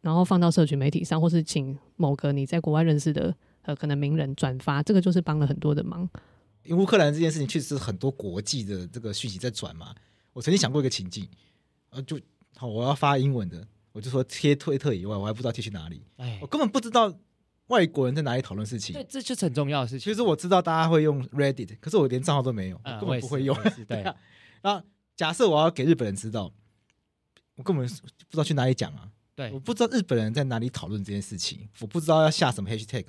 S3: 然后放到社群媒体上，或是请某个你在国外认识的呃可能名人转发，这个就是帮了很多的忙。
S2: 因为乌克兰这件事情确实是很多国际的这个讯息在转嘛。我曾经想过一个情境，呃，就好，我要发英文的，我就说贴推特以外，我还不知道贴去哪里，
S1: 哎
S2: 我，根本不知道外国人在哪里讨论事
S1: 对，
S2: 情。
S1: 这就是很重要的事情。
S2: 其实我知道大家会用 Reddit，可是我连账号都没有，
S1: 嗯
S2: 我根本不会用。
S1: 我也是我也 是对
S2: 啊。那假设我要给日本人知道，我根本不知道去哪里讲啊。
S1: 对
S2: 我不知道日本人在哪里讨论这件事情，我不知道要下什么 hashtag，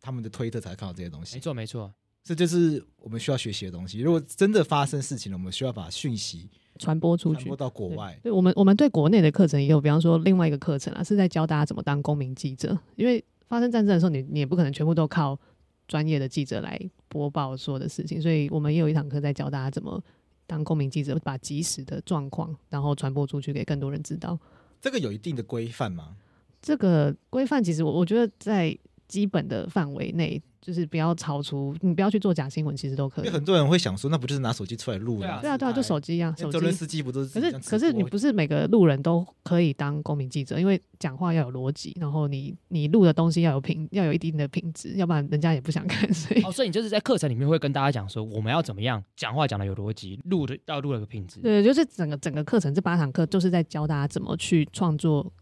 S2: 他们的推特才会看到这些东西
S1: 没。错没 错，
S2: 这就是我们需要学习的东西。如果真的发生事情了，我们需要把讯息
S3: 传播出
S2: 传
S3: 去
S2: 播，到国
S3: 对
S2: 外。
S3: 对我们，我们对国内的课程也有，比方说另外一个课程啊，是在教大家怎么当公民记者。因为发生战争的时候，你你也不可能全部都靠专业的记者来播报所有的事情，所以我们也有一堂课在教大家怎么当公民记者，把及时的状况然后传播出去给更多人知道。
S2: 这个有一定的规范吗？
S3: 这个规范其实我我觉得在基本的范围内，就是不要超出，你不要去做假新闻，其实都可
S2: 因
S3: 以
S2: 为。很多人会想说，那不就是拿手机出来录
S1: 对啊
S2: 的？
S3: 对啊，对啊，就手机啊，
S2: 因
S3: 手
S2: 为
S3: 机
S2: 泽伦斯基不都是
S3: 可
S2: 这
S3: 是
S2: 样直
S3: 可是你
S2: 播
S3: 不是每个路人都可以当公民记者，因为讲话要有逻辑，然后你你录的东西要有品，要有一定的品质，要不然人家也不想看。所以，
S1: 哦，所以你就是在课程里面会跟大家讲说，我们要怎么样讲话讲的有逻辑，录的要录的有品质。
S3: 对，就是整个整个课程这八堂课就是在教大家怎么去创作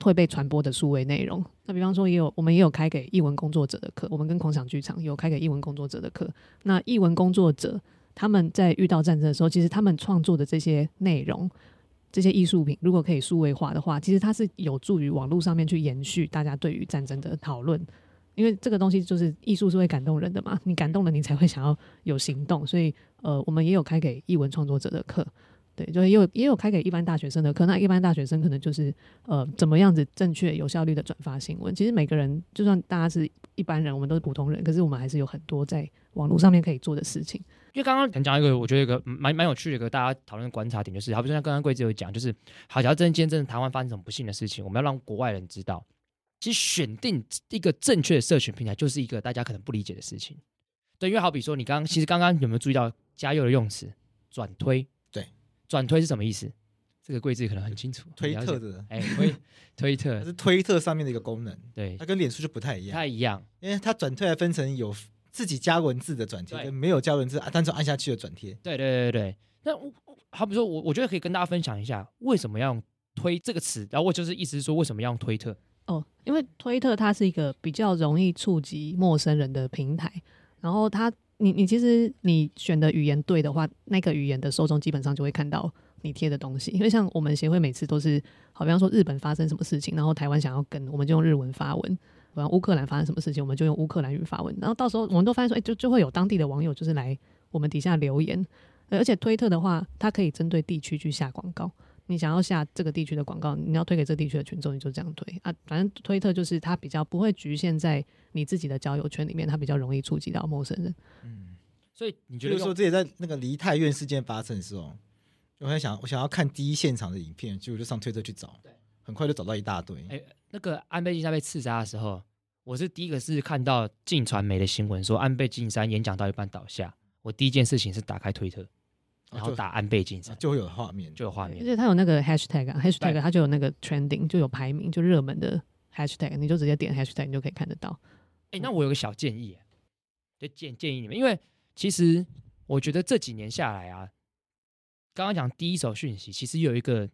S3: 会被传播的数位内容。那比方说，也有我们也有开给译文工作者的课，我们跟狂想剧场有开给译文工作者的课。那译文工作者他们在遇到战争的时候，其实他们创作的这些内容。这些艺术品如果可以数位化的话，其实它是有助于网络上面去延续大家对于战争的讨论，因为这个东西就是艺术是会感动人的嘛，你感动了，你才会想要有行动。所以，呃，我们也有开给译文创作者的课，对，就是也有也有开给一般大学生的课。那一般大学生可能就是呃，怎么样子正确有效率的转发新闻。其实每个人，就算大家是一般人，我们都是普通人，可是我们还是有很多在网络上面可以做的事情。
S1: 因为刚刚讲讲一个，我觉得一个嗯蛮蛮有趣的一个大家讨论的观察点，就是好比说像刚刚桂子有讲，就是好，假如真的今天真的台湾发生什么不幸的事情，我们要让国外人知道，其实选定一个正确的社群平台，就是一个大家可能不理解的事情。对，因为好比说你刚刚其实刚刚有没有注意到嘉佑的用词转推？
S2: 对，
S1: 转推是什么意思？这个桂子可能很清楚，
S2: 推
S1: 很了
S2: 特
S1: 解，
S2: 的，
S1: 哎，推推
S2: 它
S1: 特，
S2: 是推特上面的一个功能，
S1: 对，
S2: 它跟脸书就不 太一
S1: 不
S2: 样，
S1: 太一样。
S2: 因为它转推还分成有自己加文字的转贴
S1: 对
S2: 跟没有加文字啊，单纯按下去的转贴。
S1: 对对对对，对那我我好比说我我觉得可以跟大家分享一下，为什么要用推这个词，然后我就是意思是说为什么要用推特？
S3: 哦，因为推特它是一个比较容易触及陌生人的平台，然后它你你其实你选的语言对的话，那个语言的受众基本上就会看到你贴的东西。因为像我们协会每次都是，好比方说日本发生什么事情，然后台湾想要跟，我们就用日文发文。然后乌克兰发生什么事情，我们就用乌克兰语发文。然后到时候我们都发现说，哎、就就会有当地的网友就是来我们底下留言。呃而且推特的话，它可以针对地区去下广告。你想要下这个地区的广告，你要推给这地区的群众，你就这样推啊。反正推特就是它比较不会局限在你自己的交友圈里面，它比较容易触及到陌生人。
S1: 所以你
S2: 比
S1: 觉得
S2: 如说，
S1: 用
S2: 这也在那个梨泰院事件发生的时候，我很想我想要看第一现场的影片，结果就上推特去找，很快就找到一大堆。
S1: 哎那个安倍晋三被刺杀的时候，我是第一个是看到进传媒的新闻说安倍晋三演讲到一半倒下，我第一件事情是打开推特，然后
S2: 哦就哦
S1: 打安倍晋三，
S2: 就会有画面，
S1: 就有画
S3: 而
S1: 面。
S3: 且它有那个 hashtag 啊
S1: 对
S3: ，hashtag 它就有那个 trending，就有排名，就热门的 hashtag，你就直接点 hashtag，你就可以看得到。嗯
S1: 哎，那我有个小建议，就建建议你们，因为其实我觉得这几年下来啊，刚刚讲第一手讯息，其实有一个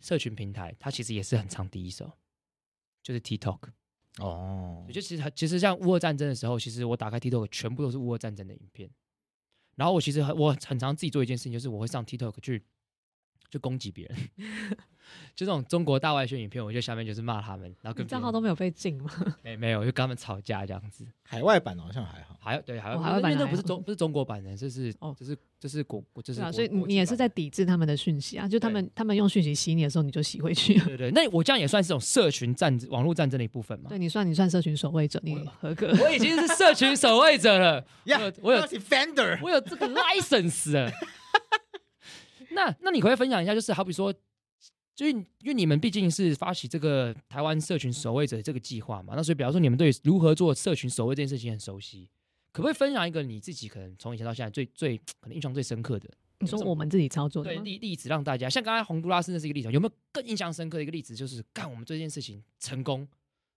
S1: 社群平台，它其实也是很常第一手，就是 TikTok。
S2: 哦
S1: 我觉得其实很其实像乌俄战争的时候，其实我打开 TikTok 全部都是乌俄战争的影片。然后我其实很我很常自己做一件事情，就是我会上 TikTok 去就攻击别人， 就这种中国大外宣影片，我就下面就是骂他们，然后
S3: 你
S1: 跟别
S3: 账
S1: 人
S3: 号都没有被禁吗？
S1: 没没有，就跟他们吵架这样子。
S2: 海外版好像还好，
S1: 还有对还有
S3: 哦海外版
S1: 因为那
S3: 的
S1: 不是
S3: 还好
S1: 中不是中国版的，这是
S3: 哦
S1: 这是这是国这是
S3: 对啊，
S1: 国
S3: 所以你
S1: 国
S3: 你
S1: 际
S3: 也
S1: 版
S3: 是在抵制他们的讯息啊，就他们他们用讯息洗你的时候，你就洗回去。
S1: 对对，对那我这样也算是种社群战网络战争的一部分嘛？
S3: 对你算你算社群守卫者，你合格。
S1: 我已经是社群守卫者了。
S2: 呀
S1: 我有我有
S2: defender，
S1: 我有这个 license 了。那那你可不可以分享一下，就是好比说，就是因为你们毕竟是发起这个台湾社群守卫者这个计划嘛，那所以比方说你们对如何做社群守卫这件事情很熟悉，可不可以分享一个你自己可能从以前到现在最最可能印象最深刻的
S3: 你说我们自己操作的
S1: 对
S3: 吗？
S1: 例例子，让大家像刚才洪都拉斯那是一个例子，有没有更印象深刻的一个例子，就是干我们这件事情成功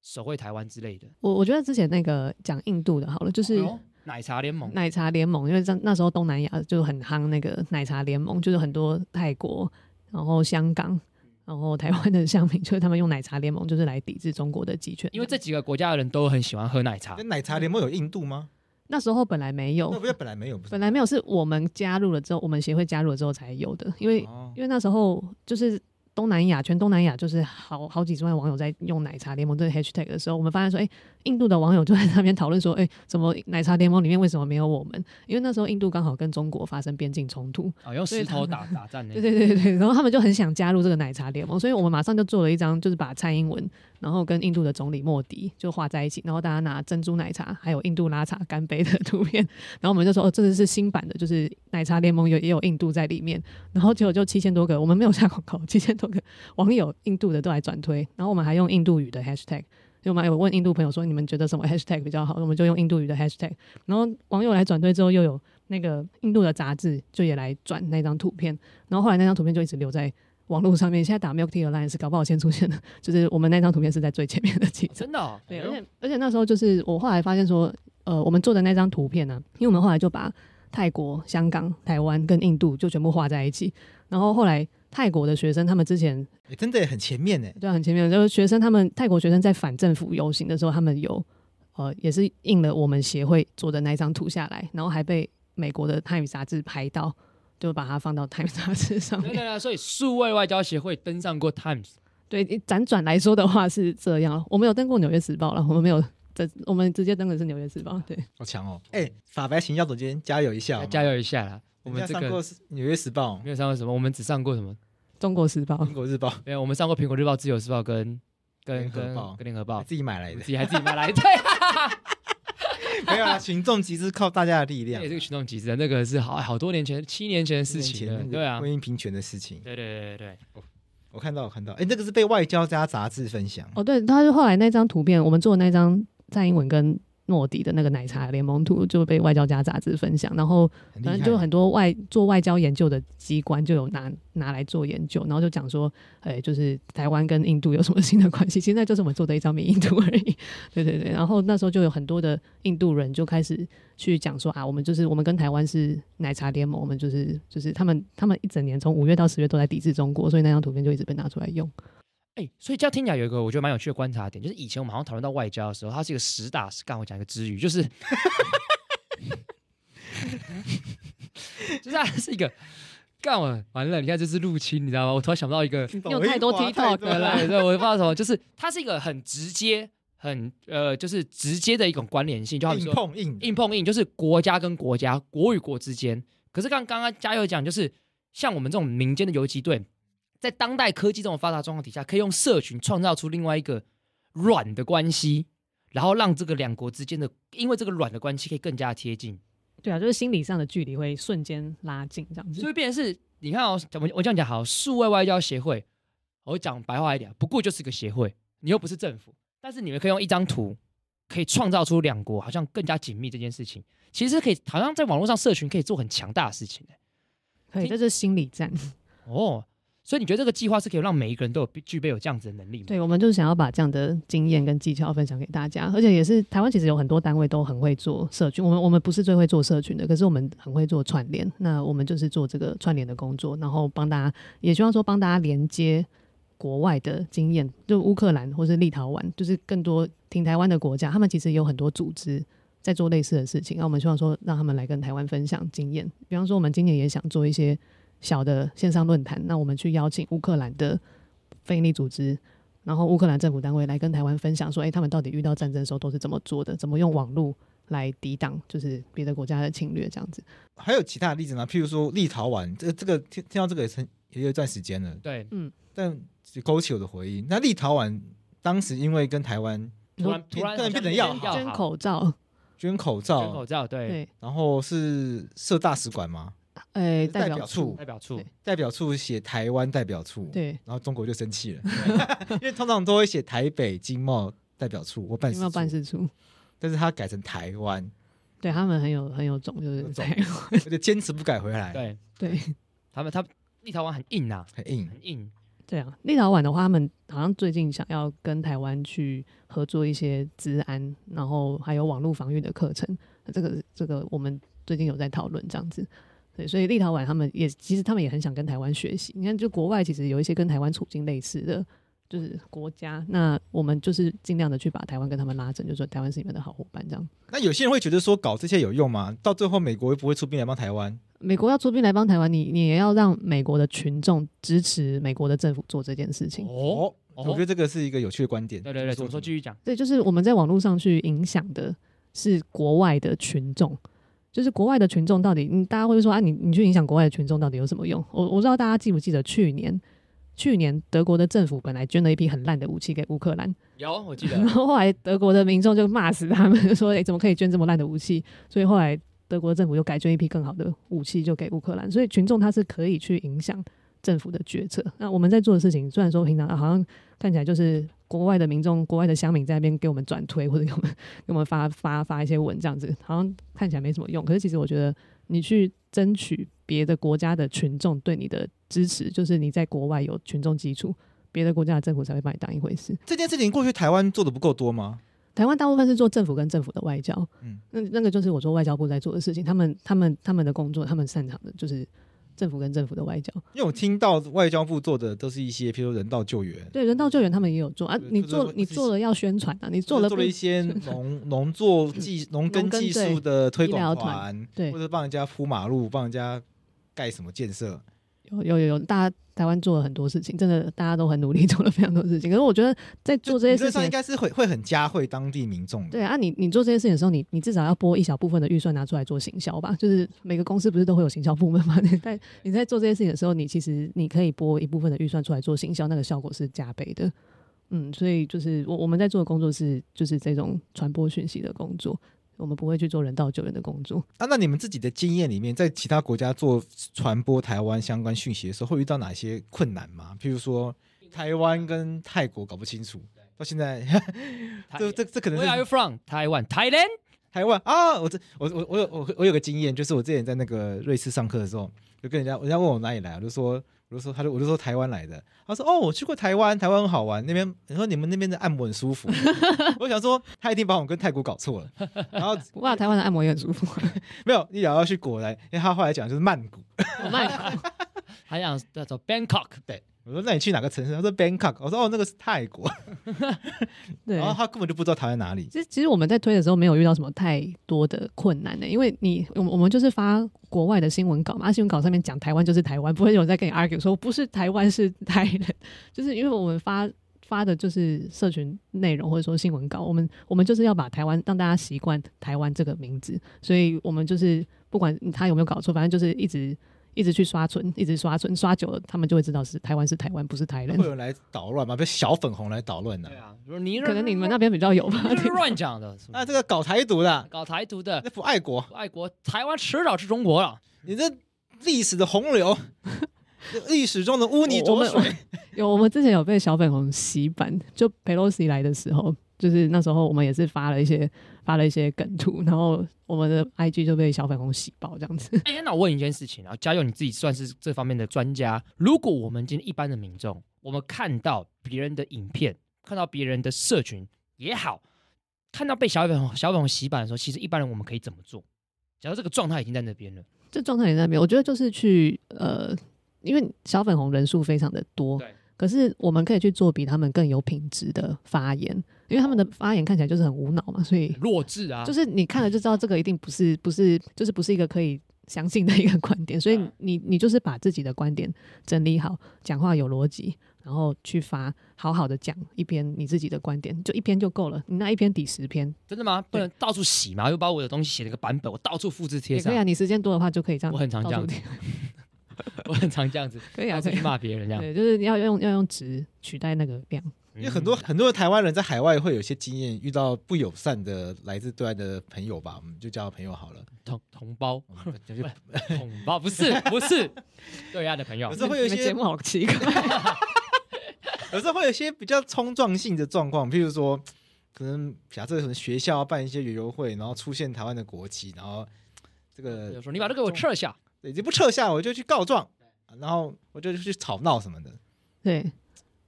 S1: 守卫台湾之类的？
S3: 我我觉得之前那个讲印度的好了，就是
S1: 哎呦奶茶联盟，
S3: 奶茶联盟，因为在那时候东南亚就很夯那个奶茶联盟，就是很多泰国、然后香港、然后台湾的乡民，就是他们用奶茶联盟就是来抵制中国的集权。
S1: 因为这几个国家的人都很喜欢喝奶茶
S2: 跟，奶茶联盟有印度吗？
S3: 那时候本来没有
S1: 哦
S2: 那，不是本来没有，不是
S3: 本来没有，是我们加入了之后，我们协会加入了之后才有的，因为
S2: 哦
S3: 因为那时候就是东南亚，全东南亚就是好好几十万网友在用奶茶联盟这个 hashtag 的时候，我们发现说，哎、印度的网友就在那边讨论说，哎、怎么奶茶联盟里面为什么没有我们？因为那时候印度刚好跟中国发生边境冲突，
S1: 哦，用
S3: 所以
S1: 石
S3: 他
S1: 头打打战那
S3: 对
S1: 种。
S3: 对对对，然后他们就很想加入这个奶茶联盟，所以我们马上就做了一张，就是把蔡英文，然后跟印度的总理莫迪就画在一起，然后大家拿珍珠奶茶还有印度拉茶干杯的 图片，然后我们就说哦，这个是新版的，就是奶茶联盟有也有印度在里面，然后结果就七千多个，我们没有下广告， 七千多个网友印度的都来转推，然后我们还用印度语的 hashtag。就我们有问印度朋友说，你们觉得什么 hashtag 比较好？我们就用印度语的 hashtag，然后网友来转推之后，又有那个印度的杂志就也来转那张图片，然后后来那张图片就一直留在网络上面。现在打 Milk Tea Alliance，搞不好先出现的， 就是我们那张图片是在最前面的几张。
S1: 真的、哦，
S3: 对，
S1: 哎
S3: 而
S1: 呦
S3: 且而且那时候就是我后来发现说，呃，我们做的那张图片呢、因为我们后来就把泰国、香港、台湾跟印度就全部画在一起，然后后来。泰国的学生，他们之前
S2: 诶哎真的耶很前面呢。
S3: 对啊很前面，就是学生他们泰国学生在反政府游行的时候，他们有呃也是印了我们协会做的那一张图下来，然后还被美国的《泰语》杂志拍到，就把它放到《泰语》杂志上面
S1: 对。对对，所以数位外交协会登上过 Times，
S3: 对，辗转来说的话是这样。我们有登过《纽约时报》了，我们没有这，我们直接登的是《纽约时报》。对，
S2: 好强哦！哎、法白行销总监加油一下好
S1: 要
S2: 吗，
S1: 加油一下啦！我们
S2: 人
S1: 这
S2: 家上过
S1: 个
S2: 《纽约时报
S1: 没有上过什么，我们只上过什么？
S3: 《中国时报》》、
S2: 英国日报，
S1: 没有，我们上过苹果日报、自由时报跟跟
S2: 联合
S1: 跟
S2: 报
S1: 跟联合报，
S2: 自己买来
S1: 我
S2: 的
S1: 们自。己还自己买 来，对啊，
S2: 没有啦，啊群众集资靠大家的力
S1: 这
S2: 量啊
S1: 也。是个群众集资的，那个是好好多年前，七年前的事情
S2: 那
S1: 了，
S2: 个
S1: 对啊
S2: 婚，姻平权的事情，
S1: 对对对对对，
S2: 我看到，我看到，哎、那个是被外交加杂志分享，
S3: 哦，对，他就后来那张图片，我们做的那张蔡英文跟诺迪的那个奶茶联盟图，就被《外交家》杂志分享，然后
S2: 很厉
S3: 反
S2: 害。啊
S3: 正就很多外做外交研究的机关就有拿拿来做研究，然后就讲说，哎、就是台湾跟印度有什么新的关系？ 现在就是我们做的一张民印度而已。对对对，然后那时候就有很多的印度人就开始去讲说啊，我们就是我们跟台湾是奶茶联盟，我们就是就是他们他们一整年从五月到十月都在抵制中国，所以那张图片就一直被拿出来用。
S1: 哎、所以这样听起来有一个我觉得蛮有趣的观察点，就是以前我们好像讨论到外交的时候，它是一个实打实干。我讲一个之语，就是，就是它是一个干我完了，你看这是入侵，你知道吗？我突然想到一 个，
S2: 听懂
S3: 你有
S2: 我一
S3: 太多
S2: 滑
S3: TikTok
S2: 太多
S3: 了
S1: 对对，我不知道什么，就是它是一个很直接、很呃，就是直接的一种关联性，就好比
S2: 硬
S1: 说
S2: 碰硬的，
S1: 硬碰硬，就是国家跟国家、国与国之间。可是刚刚刚嘉佑讲，就是像我们这种民间的游击队，在当代科技这种发达状况底下，可以用社群创造出另外一个软的关系，然后让这个两国之间的，因为这个软的关系可以更加贴近，
S3: 对啊，就是心理上的距离会瞬间拉近这样子
S1: 所。以变成是你看哦，我我这样讲好，数位外交协会我讲白话一点，不过就是个协会，你又不是政府，但是你们可以用一张图，可以创造出两国好像更加紧密这件事情，其实可以好像在网络上社群可以做很强大的事情、欸
S3: 对，这是心理战。
S1: 哦，所以你觉得这个计划是可以让每一个人都有具备有这样子的能力吗？
S3: 对，我们就是想要把这样的经验跟技巧分享给大家，而且也是台湾其实有很多单位都很会做社群，我们我们不是最会做社群的，可是我们很会做串联。那我们就是做这个串联的工作，然后帮大家，也希望说帮大家连接国外的经验，就乌克兰或是立陶宛，就是更多挺台湾的国家，他们其实有很多组织。在做类似的事情，那我们希望说让他们来跟台湾分享经验。比方说，我们今年也想做一些小的线上论坛，那我们去邀请乌克兰的非营利组织，然后乌克兰政府单位来跟台湾分享说，哎、他们到底遇到战争的时候都是怎么做的，怎么用网络来抵挡就是别的国家的侵略这样子。
S2: 还有其他的例子呢，譬如说立陶宛，这这个听听到这个也曾也有一段时间了，
S1: 对，
S2: 但勾起我的回忆。那立陶宛当时因为跟台湾
S1: 突然突然
S2: 突然变得要好
S3: 捐口罩，
S2: 捐口
S1: 捐
S2: 罩
S1: 口，罩，对，
S3: 对，
S2: 然后是设大使馆嘛，
S3: 哎、
S2: 代
S3: 代
S2: 表
S3: 表处
S2: 处，
S1: 代表处
S3: 对
S2: 代表处写台湾代表处，，
S3: 对，
S2: 然后中国就生气了， 因为通常都会写台北经贸代表处或办
S3: 有
S2: 事
S3: 没有办
S2: 处，
S3: 事处？
S2: 但是他改成台湾，
S3: 对他们很有很有种，就是
S2: 有种
S3: 在
S2: 而且坚持不改回来，
S1: 对
S3: 对，
S1: 他们他立陶宛很硬啊，
S2: 很硬。
S1: 很硬，
S3: 对啊，立陶宛的话，他们好像最近想要跟台湾去合作一些治安，然后还有网络防御的课程。那这个这个我们最近有在讨论这样子。对，所以立陶宛他们也其实他们也很想跟台湾学习。你看，就国外其实有一些跟台湾处境类似的，就是国家。那我们就是尽量的去把台湾跟他们拉整，就说台湾是你们的好伙伴这样。
S2: 那有些人会觉得说搞这些有用吗？到最后美国会不会出兵来帮台湾？
S3: 美国要出兵来帮台湾，你你也要让美国的群众支持美国的政府做这件事情。
S1: 哦，哦
S2: 我觉得这个是一个有趣的观点。
S1: 对对对，怎么说？
S2: 就
S1: 继续讲，
S3: 对，就是我们在网络上去影响的是国外的群众，就是国外的群众到底，嗯，大家会说啊，你你去影响国外的群众到底有什么用？我我不知道大家记不记得去年。去年德国的政府本来捐了一批很烂的武器给乌克兰，
S1: 有我记
S3: 然 后后来德国的民众就骂死他们，说：“哎、怎么可以捐这么烂的武器？”所以后来德国政府又改捐一批更好的武器就给乌克兰。所以群众他是可以去影响政府的决策。那我们在做的事情，虽然说平常、啊好像看起来就是国外的民众、国外的乡民在那边给我们转推或者给我们给我们发发发一些文这样子，好像看起来没什么用。可是其实我觉得，你去争取别的国家的群众对你的支持，就是你在国外有群众基础，别的国家的政府才会把你当一回事。
S2: 这件事情过去台湾做的不够多吗？
S3: 台湾大部分是做政府跟政府的外交，
S2: 嗯
S3: 嗯，那那个就是我说外交部在做的事情，他们他们他们的工作，他们擅长的就是政府跟政府的外交。
S2: 因为我听到外交部做的都是一些，譬如人道救援，
S3: 对，人道救援他们也有做啊
S2: 对，
S3: 你
S2: 就是
S3: 做
S2: 会
S3: 你做了要宣传啊，你做
S2: 或者
S3: 了
S2: 做了
S3: 不
S2: 一些农农作技、农耕
S3: 农耕
S2: 技术
S3: 对
S2: 的推
S3: 医
S2: 广
S3: 疗
S2: 团，
S3: 对
S2: 或者帮人家铺马路，帮人家盖什么建设。
S3: 有有有有，大家台湾做了很多事情，真的大家都很努力做了非常多事情。可是我觉得在做这些
S2: 理论
S3: 事
S2: 上应
S3: 情，
S2: 该是会会很加惠当地民众的。
S3: 对啊，你你做这些事情的时候，你你至少要拨一小部分的预算拿出来做行销吧。就是每个公司不是都会有行销部 门吗？你在你在做这些事情的时候，你其实你可以拨一部分的预算出来做行销，那个效果是加倍的。嗯，所以就是我我们在做的工作是就是这种传播讯息的工作，我们不会去做人道救援的工作。
S2: 啊，那你们自己的经验里面，在其他国家做传播台湾相关讯息的时候，会遇到哪些困难吗？譬如说台湾跟泰国搞不清楚，到现在 这这这可能
S1: Where are
S2: 是
S1: you from? Taiwan, Thailand？
S2: 台湾啊！我这我我我有我我有个经验，就是我之前在那个瑞士上课的时候，就跟人家人家问我哪里来，我就说我就说他就我就说台湾来的，他说哦我去过台湾，台湾很好玩，那边你说你们那边的按摩很舒服， 我想说他一定把我跟泰国搞错了，然后
S3: 哇，台湾的按摩也很舒服，啊
S2: 没有一聊要去果然，因为他后来讲就是曼谷。
S3: 我卖
S1: 还想叫做 Bangkok，
S2: 对，我说那你去哪个城市？他说 Bangkok。我说哦，那个是泰国。
S3: 对
S2: 然后他根本就不知道台湾哪里。
S3: 其实，其实我们在推的时候没有遇到什么太多的困难呢、因为你我们我们就是发国外的新闻稿嘛，啊新闻稿上面讲台湾就是台湾，不会有人在跟你 argue 说不是台湾是台人， 就是因为我们发发的就是社群内容或者说新闻稿，我们我们就是要把台湾让大家习惯台湾这个名字，所以我们就是不管他有没有搞错，反正就是一直一直去刷存，一直刷存，刷久了他们就会知道是台湾是台湾，不是台人
S2: 会。有人来捣乱吗？被小粉红来捣乱呢、啊？
S1: 啊，如果你
S3: 可能你们那边比较有吧
S1: 你，这是乱讲的，是不是
S2: 这个搞台独的，啊
S1: 搞台独的
S2: 那不爱国，
S1: 啊 爱国，台湾迟早是中国了。
S2: 你这历史的洪流。历史中的污泥
S3: 我
S2: 浊
S3: 们
S2: 水。
S3: 有，我们之前有被小粉红洗版，就 Pelosi 来的时候，就是那时候我们也是发了一些发了一些梗图，然后我们的 IG 就被小粉红洗爆这样子。
S1: 哎、那我问你一件事情啊，嘉佑你自己算是这方面的专家。如果我们今天一般的民众，我们看到别人的影片，看到别人的社群也好，看到被小粉红小粉红洗版的时候，其实一般人我们可以怎么做？假如这个状态已经在那边了，
S3: 这状态也在那边，我觉得就是去呃，因为小粉红人数非常的多
S1: 对，
S3: 可是我们可以去做比他们更有品质的发言，因为他们的发言看起来就是很无脑嘛，所以
S1: 弱智啊，
S3: 就是你看了就知道这个一定不是不是就是不是一个可以相信的一个观点，所以
S1: 嗯
S3: 你你就是把自己的观点整理好，讲话有逻辑，然后去发，好好的讲一篇你自己的观点，就一篇就够了。你那一篇抵十篇
S1: 真的吗？不能到处洗吗？又把我的东西写了个版本，我到处复制贴
S3: 也可
S1: 上
S3: 以，啊，你时间多的话就可以这样。
S1: 我很常这样
S3: 到处贴，
S1: 我很常这样子，
S3: 可以啊，
S1: 到处
S3: 可以
S1: 去
S3: 啊。
S1: 骂别人这样。
S3: 对，就是你要用要用值取代那个量。
S2: 因为很
S3: 嗯
S1: 嗯
S2: 多很多的台湾人在海外会有一些经验，遇到不友善的来自对岸的朋友吧，我们就叫朋友好了。
S1: 嗯同同胞
S2: 我 们就就
S1: 同胞不是不是 对啊岸的朋友
S2: 有，时候会有一
S3: 你们
S2: 些
S3: 节目好奇怪，
S2: 有时候会有一些比较冲撞性的状况，譬如说，可能假设什么学校办一些旅游会，然后出现台湾的国旗，然后这
S1: 就
S2: 个
S1: 说你把这个给我撤下。
S2: 已经不撤下，我就去告状，然后我就去吵闹什么的。
S3: 对。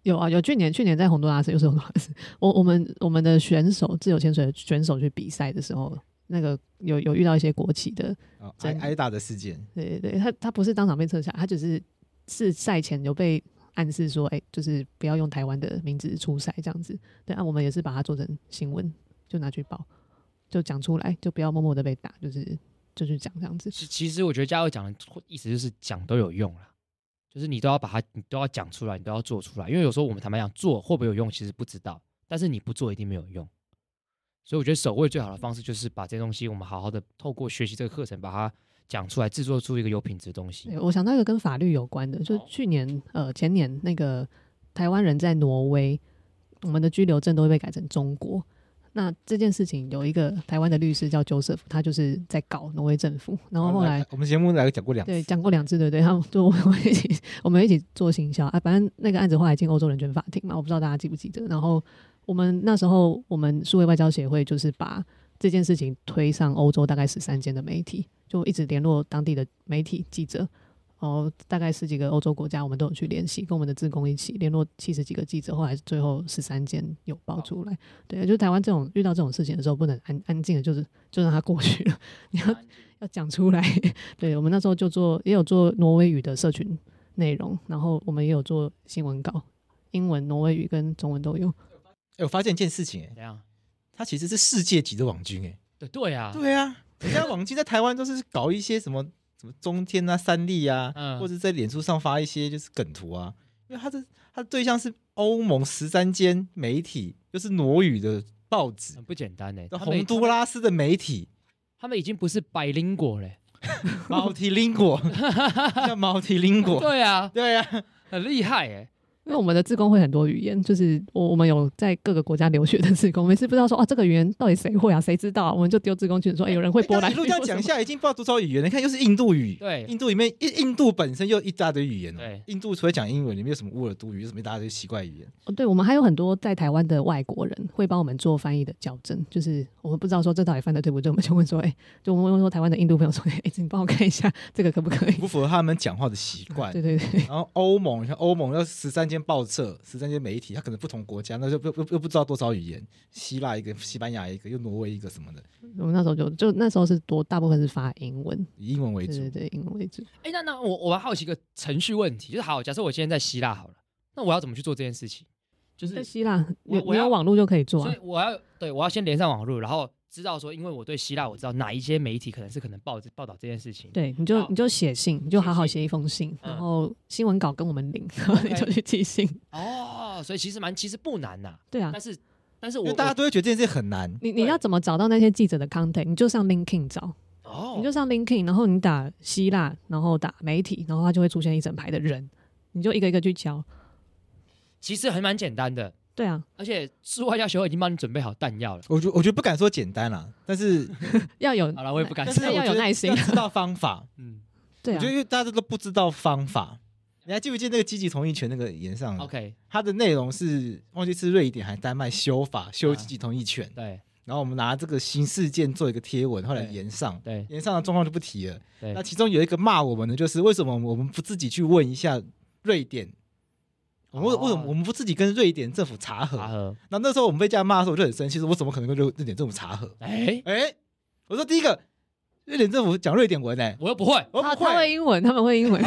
S3: 有啊，有去年去年在洪都拉斯，又是洪都拉斯。我我们我们的选手自由潜水的选手去比赛的时候，那个有有遇到一些国旗的
S2: 啊，挨
S3: 真的
S2: 挨打的事件，
S3: 对对对，他他不是当场被撤下，他只是是赛前有被暗示说，哎、就是不要用台湾的名字出赛这样子。对啊，我们也是把它做成新闻，就拿去报，就讲出来，就不要默默的被打，就是就去讲这样子。
S1: 其 其实我觉得嘉佑讲的意思就是讲都有用啦，就是你都要把它，你都要讲出来，你都要做出来。因为有时候我们坦白讲，做会不会有用，其实不知道，但是你不做一定没有用。所以我觉得守卫最好的方式就是把这些东西，我们好好的透过学习这个课程把它讲出来，制作出一个有品质的东西
S3: 对。我想到一个跟法律有关的，就
S1: 好
S3: 去年呃前年那个台湾人在挪威，我们的居留证都会被改成中国。那这件事情有一个台湾的律师叫 Joseph，他就是在搞挪威政府，然后后来
S2: 我们节目来讲过两哎
S3: 对，
S2: 次，
S3: 讲过两次，对对，他们就我们一起，我们一起做行销啊。反正那个案子后来进欧洲人权法庭嘛，我不知道大家记不记得。然后我们那时候，我们数位外交协会就是把这件事情推上欧洲大概十三间的媒体，就一直联络当地的媒体记者。哦，大概十几个欧洲国家，我们都有去联系，跟我们的志工一起联络七十几个记者，后来最后十三间有爆出来。对，就台湾这种遇到这种事情的时候，不能安安静的，就是就让它过去了，你要要讲出来。对我们那时候就做，也有做挪威语的社群内容，然后我们也有做新闻稿，英文、挪威语跟中文都有。
S2: 哎，我发现一件事情，哎，
S1: 怎样？
S2: 他其实是世界级的网军，哎，
S1: 对对啊，
S2: 对啊，人家网军在台湾都是搞一些什么 什么中天啊、三立啊，
S1: 嗯
S2: 或者在脸书上发一些就是梗图啊，因为他的他的对象是欧盟十三间媒体，就是挪语的报纸，
S1: 很不简单呢、欸。他们
S2: 洪都拉斯的媒体
S1: 他们已经不是百灵果欸嘞、
S2: multilingual，叫 multilingual，
S1: 对啊，
S2: 对啊，
S1: 很厉害哎、
S3: 因为我们的志工会很多语言，就是我我们有在各个国家留学的志工，每次不知道说哦这个语言到底谁会啊，谁知道、啊，我们就丢志工群说，哎、有人会波兰
S2: 一
S3: 语
S2: 路
S3: 或
S2: 这
S3: 什么，
S2: 样讲下来，已经不知道多少语言了。你看，又是印度语，
S1: 对
S2: 印度里面印印度本身又一大堆语言哦
S1: 对
S2: 印度除了讲英文，里面有什么乌尔都语，有什么一大堆奇怪语言。
S3: 哦，对，我们还有很多在台湾的外国人会帮我们做翻译的校正，就是我们不知道说这到底翻的对不对，我们就问说，哎、就我们问说台湾的印度朋友说，哎、你帮我看一下这个可不可以？
S2: 不符合他们讲话的习惯
S3: 对。对对，
S2: 然后欧盟，像欧盟要十三间报社、十三间媒体，它可能不同国家，那就又又又不知道多少语言，希腊一个，西班牙一个，又挪威一个什么的，
S3: 我们那时候就就那时候是多大部分是发英文，
S2: 以英文为
S3: 对
S2: 主
S3: 对。对，英文为主。
S1: 哎、那那我我还好奇一个程序问题，就是好，假设我今天在希腊好了，那我要怎么去做这件事情？就是
S3: 在希腊，
S1: 我
S3: 你
S1: 我
S3: 你
S1: 要
S3: 有网络就可以做
S1: 所
S3: 啊
S1: 以。我要对我要先连上网络，然后知道说，因为我对希腊我知道哪一些媒体可能是可能报报道这件事情。
S3: 对，你就
S1: 好
S3: 你就写信，你就好好写一封信，
S1: 嗯
S3: 然后新闻稿跟我们领，然后 你就去寄信。
S1: 哦，所以其实蛮其实不难呐、
S3: 对啊
S1: 但，是但是
S2: 因
S1: 我
S2: 为大家都会觉得这件事很难，
S3: 你
S1: 对
S3: 你要怎么找到那些记者的 contact？你就上 LinkedIn 找，
S1: 我哦，
S3: 你就上 LinkedIn，然后你打希腊，然后打媒体，然后它就会出现一整排的人，你就一个一个去敲。
S1: 其实还蛮简单的，
S3: 对啊，
S1: 而且是外交学会已经帮你准备好弹药了。
S2: 我觉我觉得不敢说简单啦，但 是
S3: 要有
S1: 好了，我也不敢
S2: 但
S1: 说
S2: 是
S3: 要有
S2: 我觉得
S3: 耐心啊
S2: 要知道方法。
S1: 嗯，
S3: 对
S2: 我
S3: 啊
S2: 觉得，因为大家都不知道方法，你还记不记得那个积极同意权那个言上？
S1: OK，
S2: 它的内容是忘记是瑞典还是丹麦修法修积极同意权，
S1: 对
S2: 然后我们拿这个刑事件做一个贴文，后来
S1: 对
S2: 言上。
S1: 对
S2: 言上的状况就不提了。
S1: 对
S2: 那其中有一个骂我们的，就是为什么我们不自己去问一下瑞典？我们为
S1: 哦啊
S2: 为什么我们不自己跟瑞典政府查核？
S1: 拔河，
S2: 那那时候我们被这样骂的时候，我就很生气，说我怎么可能跟瑞瑞典政府查核？
S1: 哎，
S2: 哎、我说第一个，瑞典政府讲瑞典文哎、
S1: 我又 不会，
S2: 我
S3: 他
S2: 不
S3: 他会
S2: 会。
S3: 英文，他们会英文，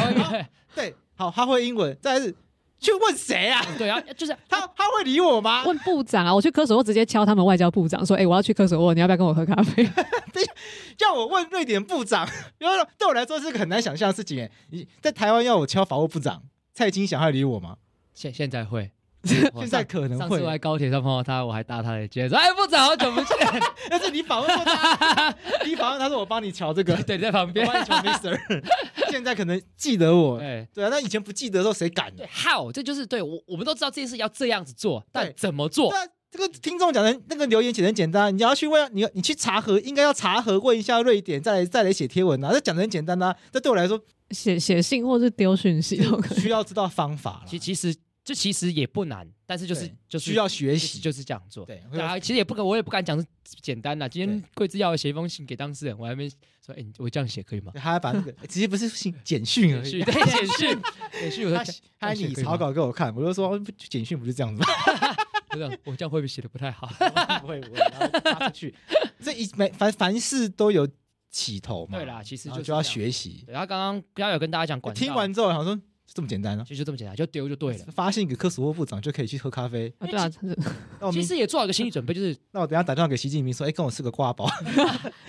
S2: 对，好，他会英文，再来是去问谁啊？
S1: 对啊，就是
S2: 他他会理我吗？
S3: 问部长啊，我去科索沃直接敲他们外交部长说：“哎、我要去科索沃，你要不要跟我喝咖啡
S2: 要我问瑞典部长， 因为对我来说是个很难想象的事情、哎，你在台湾要我敲法务部长蔡金祥，他会理我吗？
S4: 现现在会，我
S2: 现在可能
S4: 上
S2: 会
S4: 次我，在高铁上碰到他，我还搭他的肩，说：“哎，部长，好久 不见。
S2: 但是你访问过他， 你访问他说我帮你瞧这个，”
S4: 对，在旁
S2: 我
S4: 边。
S2: 帮你瞧 Mister，现在可能记得我，
S4: 对，
S2: 对啊，那以前不记得的时候谁敢呢
S1: 对？how，这就是对我我们都知道这件事要这样子做，但
S2: 对
S1: 怎么做？
S2: 那这个听众讲的那个留言写的很简单，你要去问你你去查核，应该要查核问一下瑞典，再来再来写贴文啊。这讲的很简单啊，这对我来说？”
S3: 写写信或是丢讯息都可以。
S2: 需要知道方法了
S1: 其，其实这其实也不难，但是就是
S2: 对
S1: 就是
S2: 需要学
S1: 就
S2: 习。
S1: 是就是这样做。
S2: 对，
S1: 对啊，其实也不敢，我也不敢讲是简单啦。今天
S2: 对
S1: 桂枝要我写一封信给当事人，我还没说，哎、你我这样写可以吗？
S2: 他还 把那个直接不是信简讯而
S1: 简
S2: 已
S1: 讯，，对，简讯，简讯，我
S2: 他
S1: 说
S2: 他还
S1: 写
S2: 拟
S1: 可以吗
S2: 草稿给我看，我就说哦不简讯不是这样子吗？
S1: 这样，我这样会不会写的不太好？
S2: 不会不会，然后发出去，这一每凡凡事都有起头 嘛。
S1: 对啦其实
S2: 然
S1: 嗯
S2: 后
S1: 就是
S2: 就要
S1: 这
S2: 学习。
S1: 对，然后刚刚刚刚有跟大家讲管道，
S2: 听完之后，好像说这么简单啊，
S1: 其实就这么简单，就丢就对了。
S2: 发信给科索沃部长就可以去喝咖啡。
S3: 啊，对啊，这是
S2: 那我
S1: 其
S2: 明
S1: 实也做好一个心理准备， 就是
S2: 那我等一下打电话给习近平说，哎，跟我吃个挂包。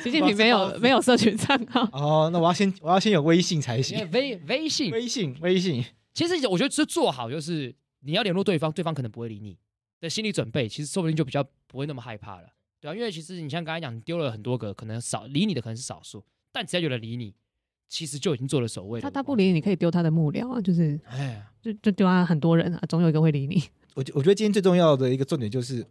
S3: 习近平没
S2: 不好意
S3: 有
S2: 思
S3: 没有社群账号，
S2: 哦，那我要先我要先有微信才
S1: 因为
S2: 行。
S1: 微微信，
S2: 微信微信，
S1: 其实我觉得是做好，就是你要联络对方，对方可能不会理你的心理准备，其实说不定就比较不会那么害怕了，对啊，因为其实你像刚才讲，你丢了很多个，可能少理你的可能是少数，但只要有人理你，其实就已经做了守卫了。
S3: 他他不理你，你可以丢他的幕僚啊，就是
S1: 哎，
S3: 就就丢他很多人啊，总有一个会理你。
S2: 我觉我觉得今天最重要的一个重点就是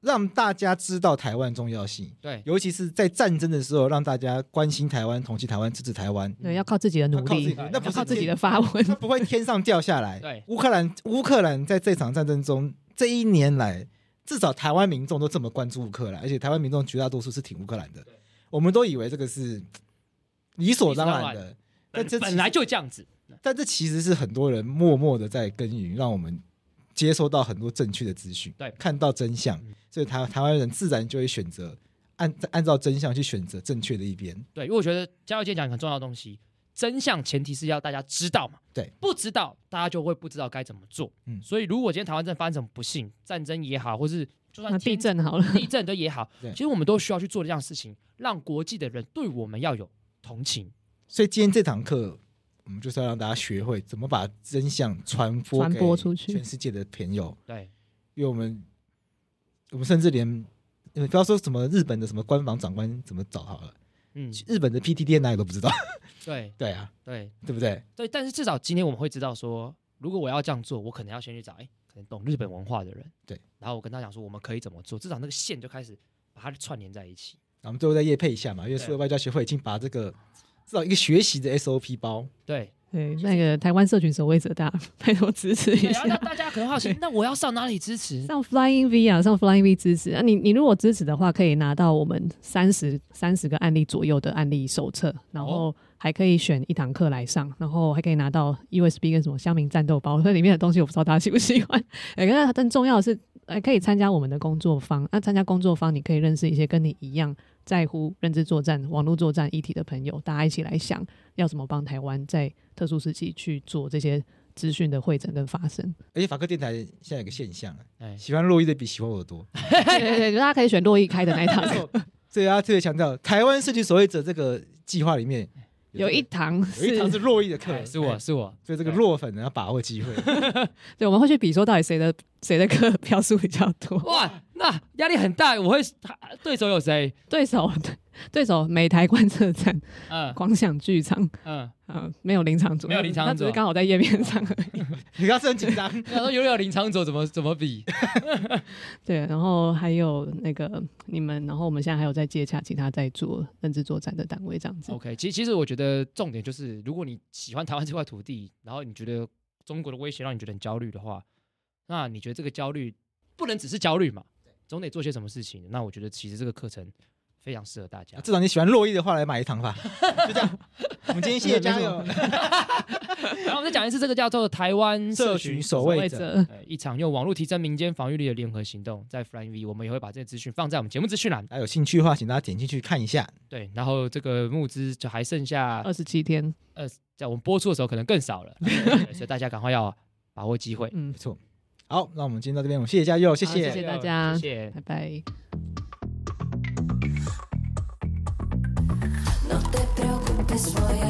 S2: 让大家知道台湾重要性，
S1: 对
S2: 尤其是在战争的时候，让大家关心台湾、统计台湾、支持台湾。
S3: 对，要靠自己的努
S2: 嗯要靠自己
S3: 力，
S2: 的那不
S3: 要
S2: 是
S3: 靠自己的发文
S2: 它。不会天上掉下来。
S1: 对
S2: 乌克兰乌克兰在这场战争中，这一年来，至少台湾民众都这么关注乌克兰，而且台湾民众绝大多数是挺乌克兰的。我们都以为这个是嘖理所当然
S1: 理所当
S2: 的，但
S1: 本
S2: 这
S1: 本来就这样子，
S2: 但这其实是很多人默默的在耕耘，让我们接收到很多正确的资讯，
S1: 对嗯
S2: 看到真相，所以台台湾人自然就会选择按按照真相去选择正确的一边。
S1: 对，因为我觉得嘉佑今天讲一个很重要的东西，真相前提是要大家知道嘛，
S2: 对，
S1: 不知道大家就会不知道该怎么做。
S2: 嗯
S1: 所以如果今天台湾真的发生什么不幸，战争也好，或是就算天
S3: 那呃地、震好了，
S1: 地震的也好，
S2: 对
S1: 其实我们都需要去做这样的事情，让国际的人对我们要有同情。
S2: 所以今天这堂课，我们就是要让大家学会怎么把真相传播
S3: 传播出去
S2: 给全世界的朋友。
S1: 对，
S2: 因为我们，我们甚至连，呃不要说什么日本的什么官房长官怎么找好了，
S1: 嗯，
S2: 日本的 PTT 哪里都不知道。
S1: 对
S2: 对啊，
S1: 对
S2: 对不对？
S1: 对，但是至少今天我们会知道说，如果我要这样做，我可能要先去找哎，可能懂日本文化的人，
S2: 对，
S1: 然后我跟他讲说我们可以怎么做，至少那个线就开始把它串联在一起。
S2: 然后我们最后再夜配一下嘛，因为
S1: 对
S2: 所有外交协会已经把这个至少一个学习的 SOP 包，
S1: 对，
S3: 对那个台湾社群守卫者，大家拜托支持
S1: 对
S3: 一
S1: 然后大
S3: 下。
S1: 大家可能好奇，那我要上哪里支持？
S3: 上 Flying V 啊，上 Flying V 支持啊，你你如果支持的话，可以拿到我们三十三十个案例左右的案例手册，然后还可以选一堂课来上，然后还可以拿到 USB 跟什么乡民战斗包，所以里面的东西我不知道大家喜不喜欢。哎，但更重要的是，哎，可以参加我们的工作坊。那、参加工作坊，你可以认识一些跟你一样在乎认知作战、网络作战议题的朋友，大家一起来想要怎么帮台湾在特殊时期去做这些资讯的会诊跟发声。
S2: 而且法克电台现在有个现象，啊
S1: 哎，
S2: 喜欢洛伊的比喜欢我的多，
S3: 对对对，就大家可以选洛伊开的那一堂课。
S2: 所以大家特别强调台湾社区守卫者这个计划里面
S3: 有一
S2: 这
S3: 堂
S2: 个有一
S3: 是
S2: 堂，是洛伊的课哎
S1: 对，，哎是我是 我，
S2: 所以这个弱粉呢要把握机会。
S3: 对，我们会去比说到底谁的谁的课 票数比较多，
S1: 哇，那压力很大，我会对手有谁？
S3: 对手对对手美台观测站、
S1: 嗯
S3: 光想剧场，
S1: 嗯，
S3: 啊，没有临场组，
S1: 没有临场
S3: 他
S1: 组啊
S3: 只是刚好在页面上而已。
S2: 你刚是很紧张，
S4: 他说有有林长佐怎么怎么比？
S3: 对，然后还有那个你们，然后我们现在还有在接洽其他在做认知作战的单位这样子。
S1: OK，其实其实我觉得重点就是，如果你喜欢台湾这块土地，然后你觉得中国的威胁让你觉得很焦虑的话，那你觉得这个焦虑不能只是焦虑嘛？总得做些什么事情。那我觉得其实这个课程非常适合大 家。
S2: 至少你喜欢洛伊的话来买一堂吧， 就这样。我们今天谢谢加 油，
S1: 然后我再讲一次，这个叫做台湾
S2: 社
S1: 社
S2: 群
S1: 群
S2: 守
S3: 守
S2: 卫
S3: 卫
S2: 者。
S3: 者，
S1: 呃一场用网络提升民间防御力的联合行动，在 Flying V，我们也会把这些资讯放在我们节目资讯栏。
S2: 大家有兴趣的话，请大家点进去看一下。
S1: 对，然后这个募资就还剩下
S3: 二，十七天，
S1: 在我们播出的时候可能更少了，对所以大家赶快要把握机会。
S3: 嗯
S2: 不，错，好，那我们今天到这边，我们谢谢加油，谢
S3: 好
S2: 谢，
S3: 谢谢大家
S1: 谢谢。
S3: 拜拜。
S5: No te preocupes, voy a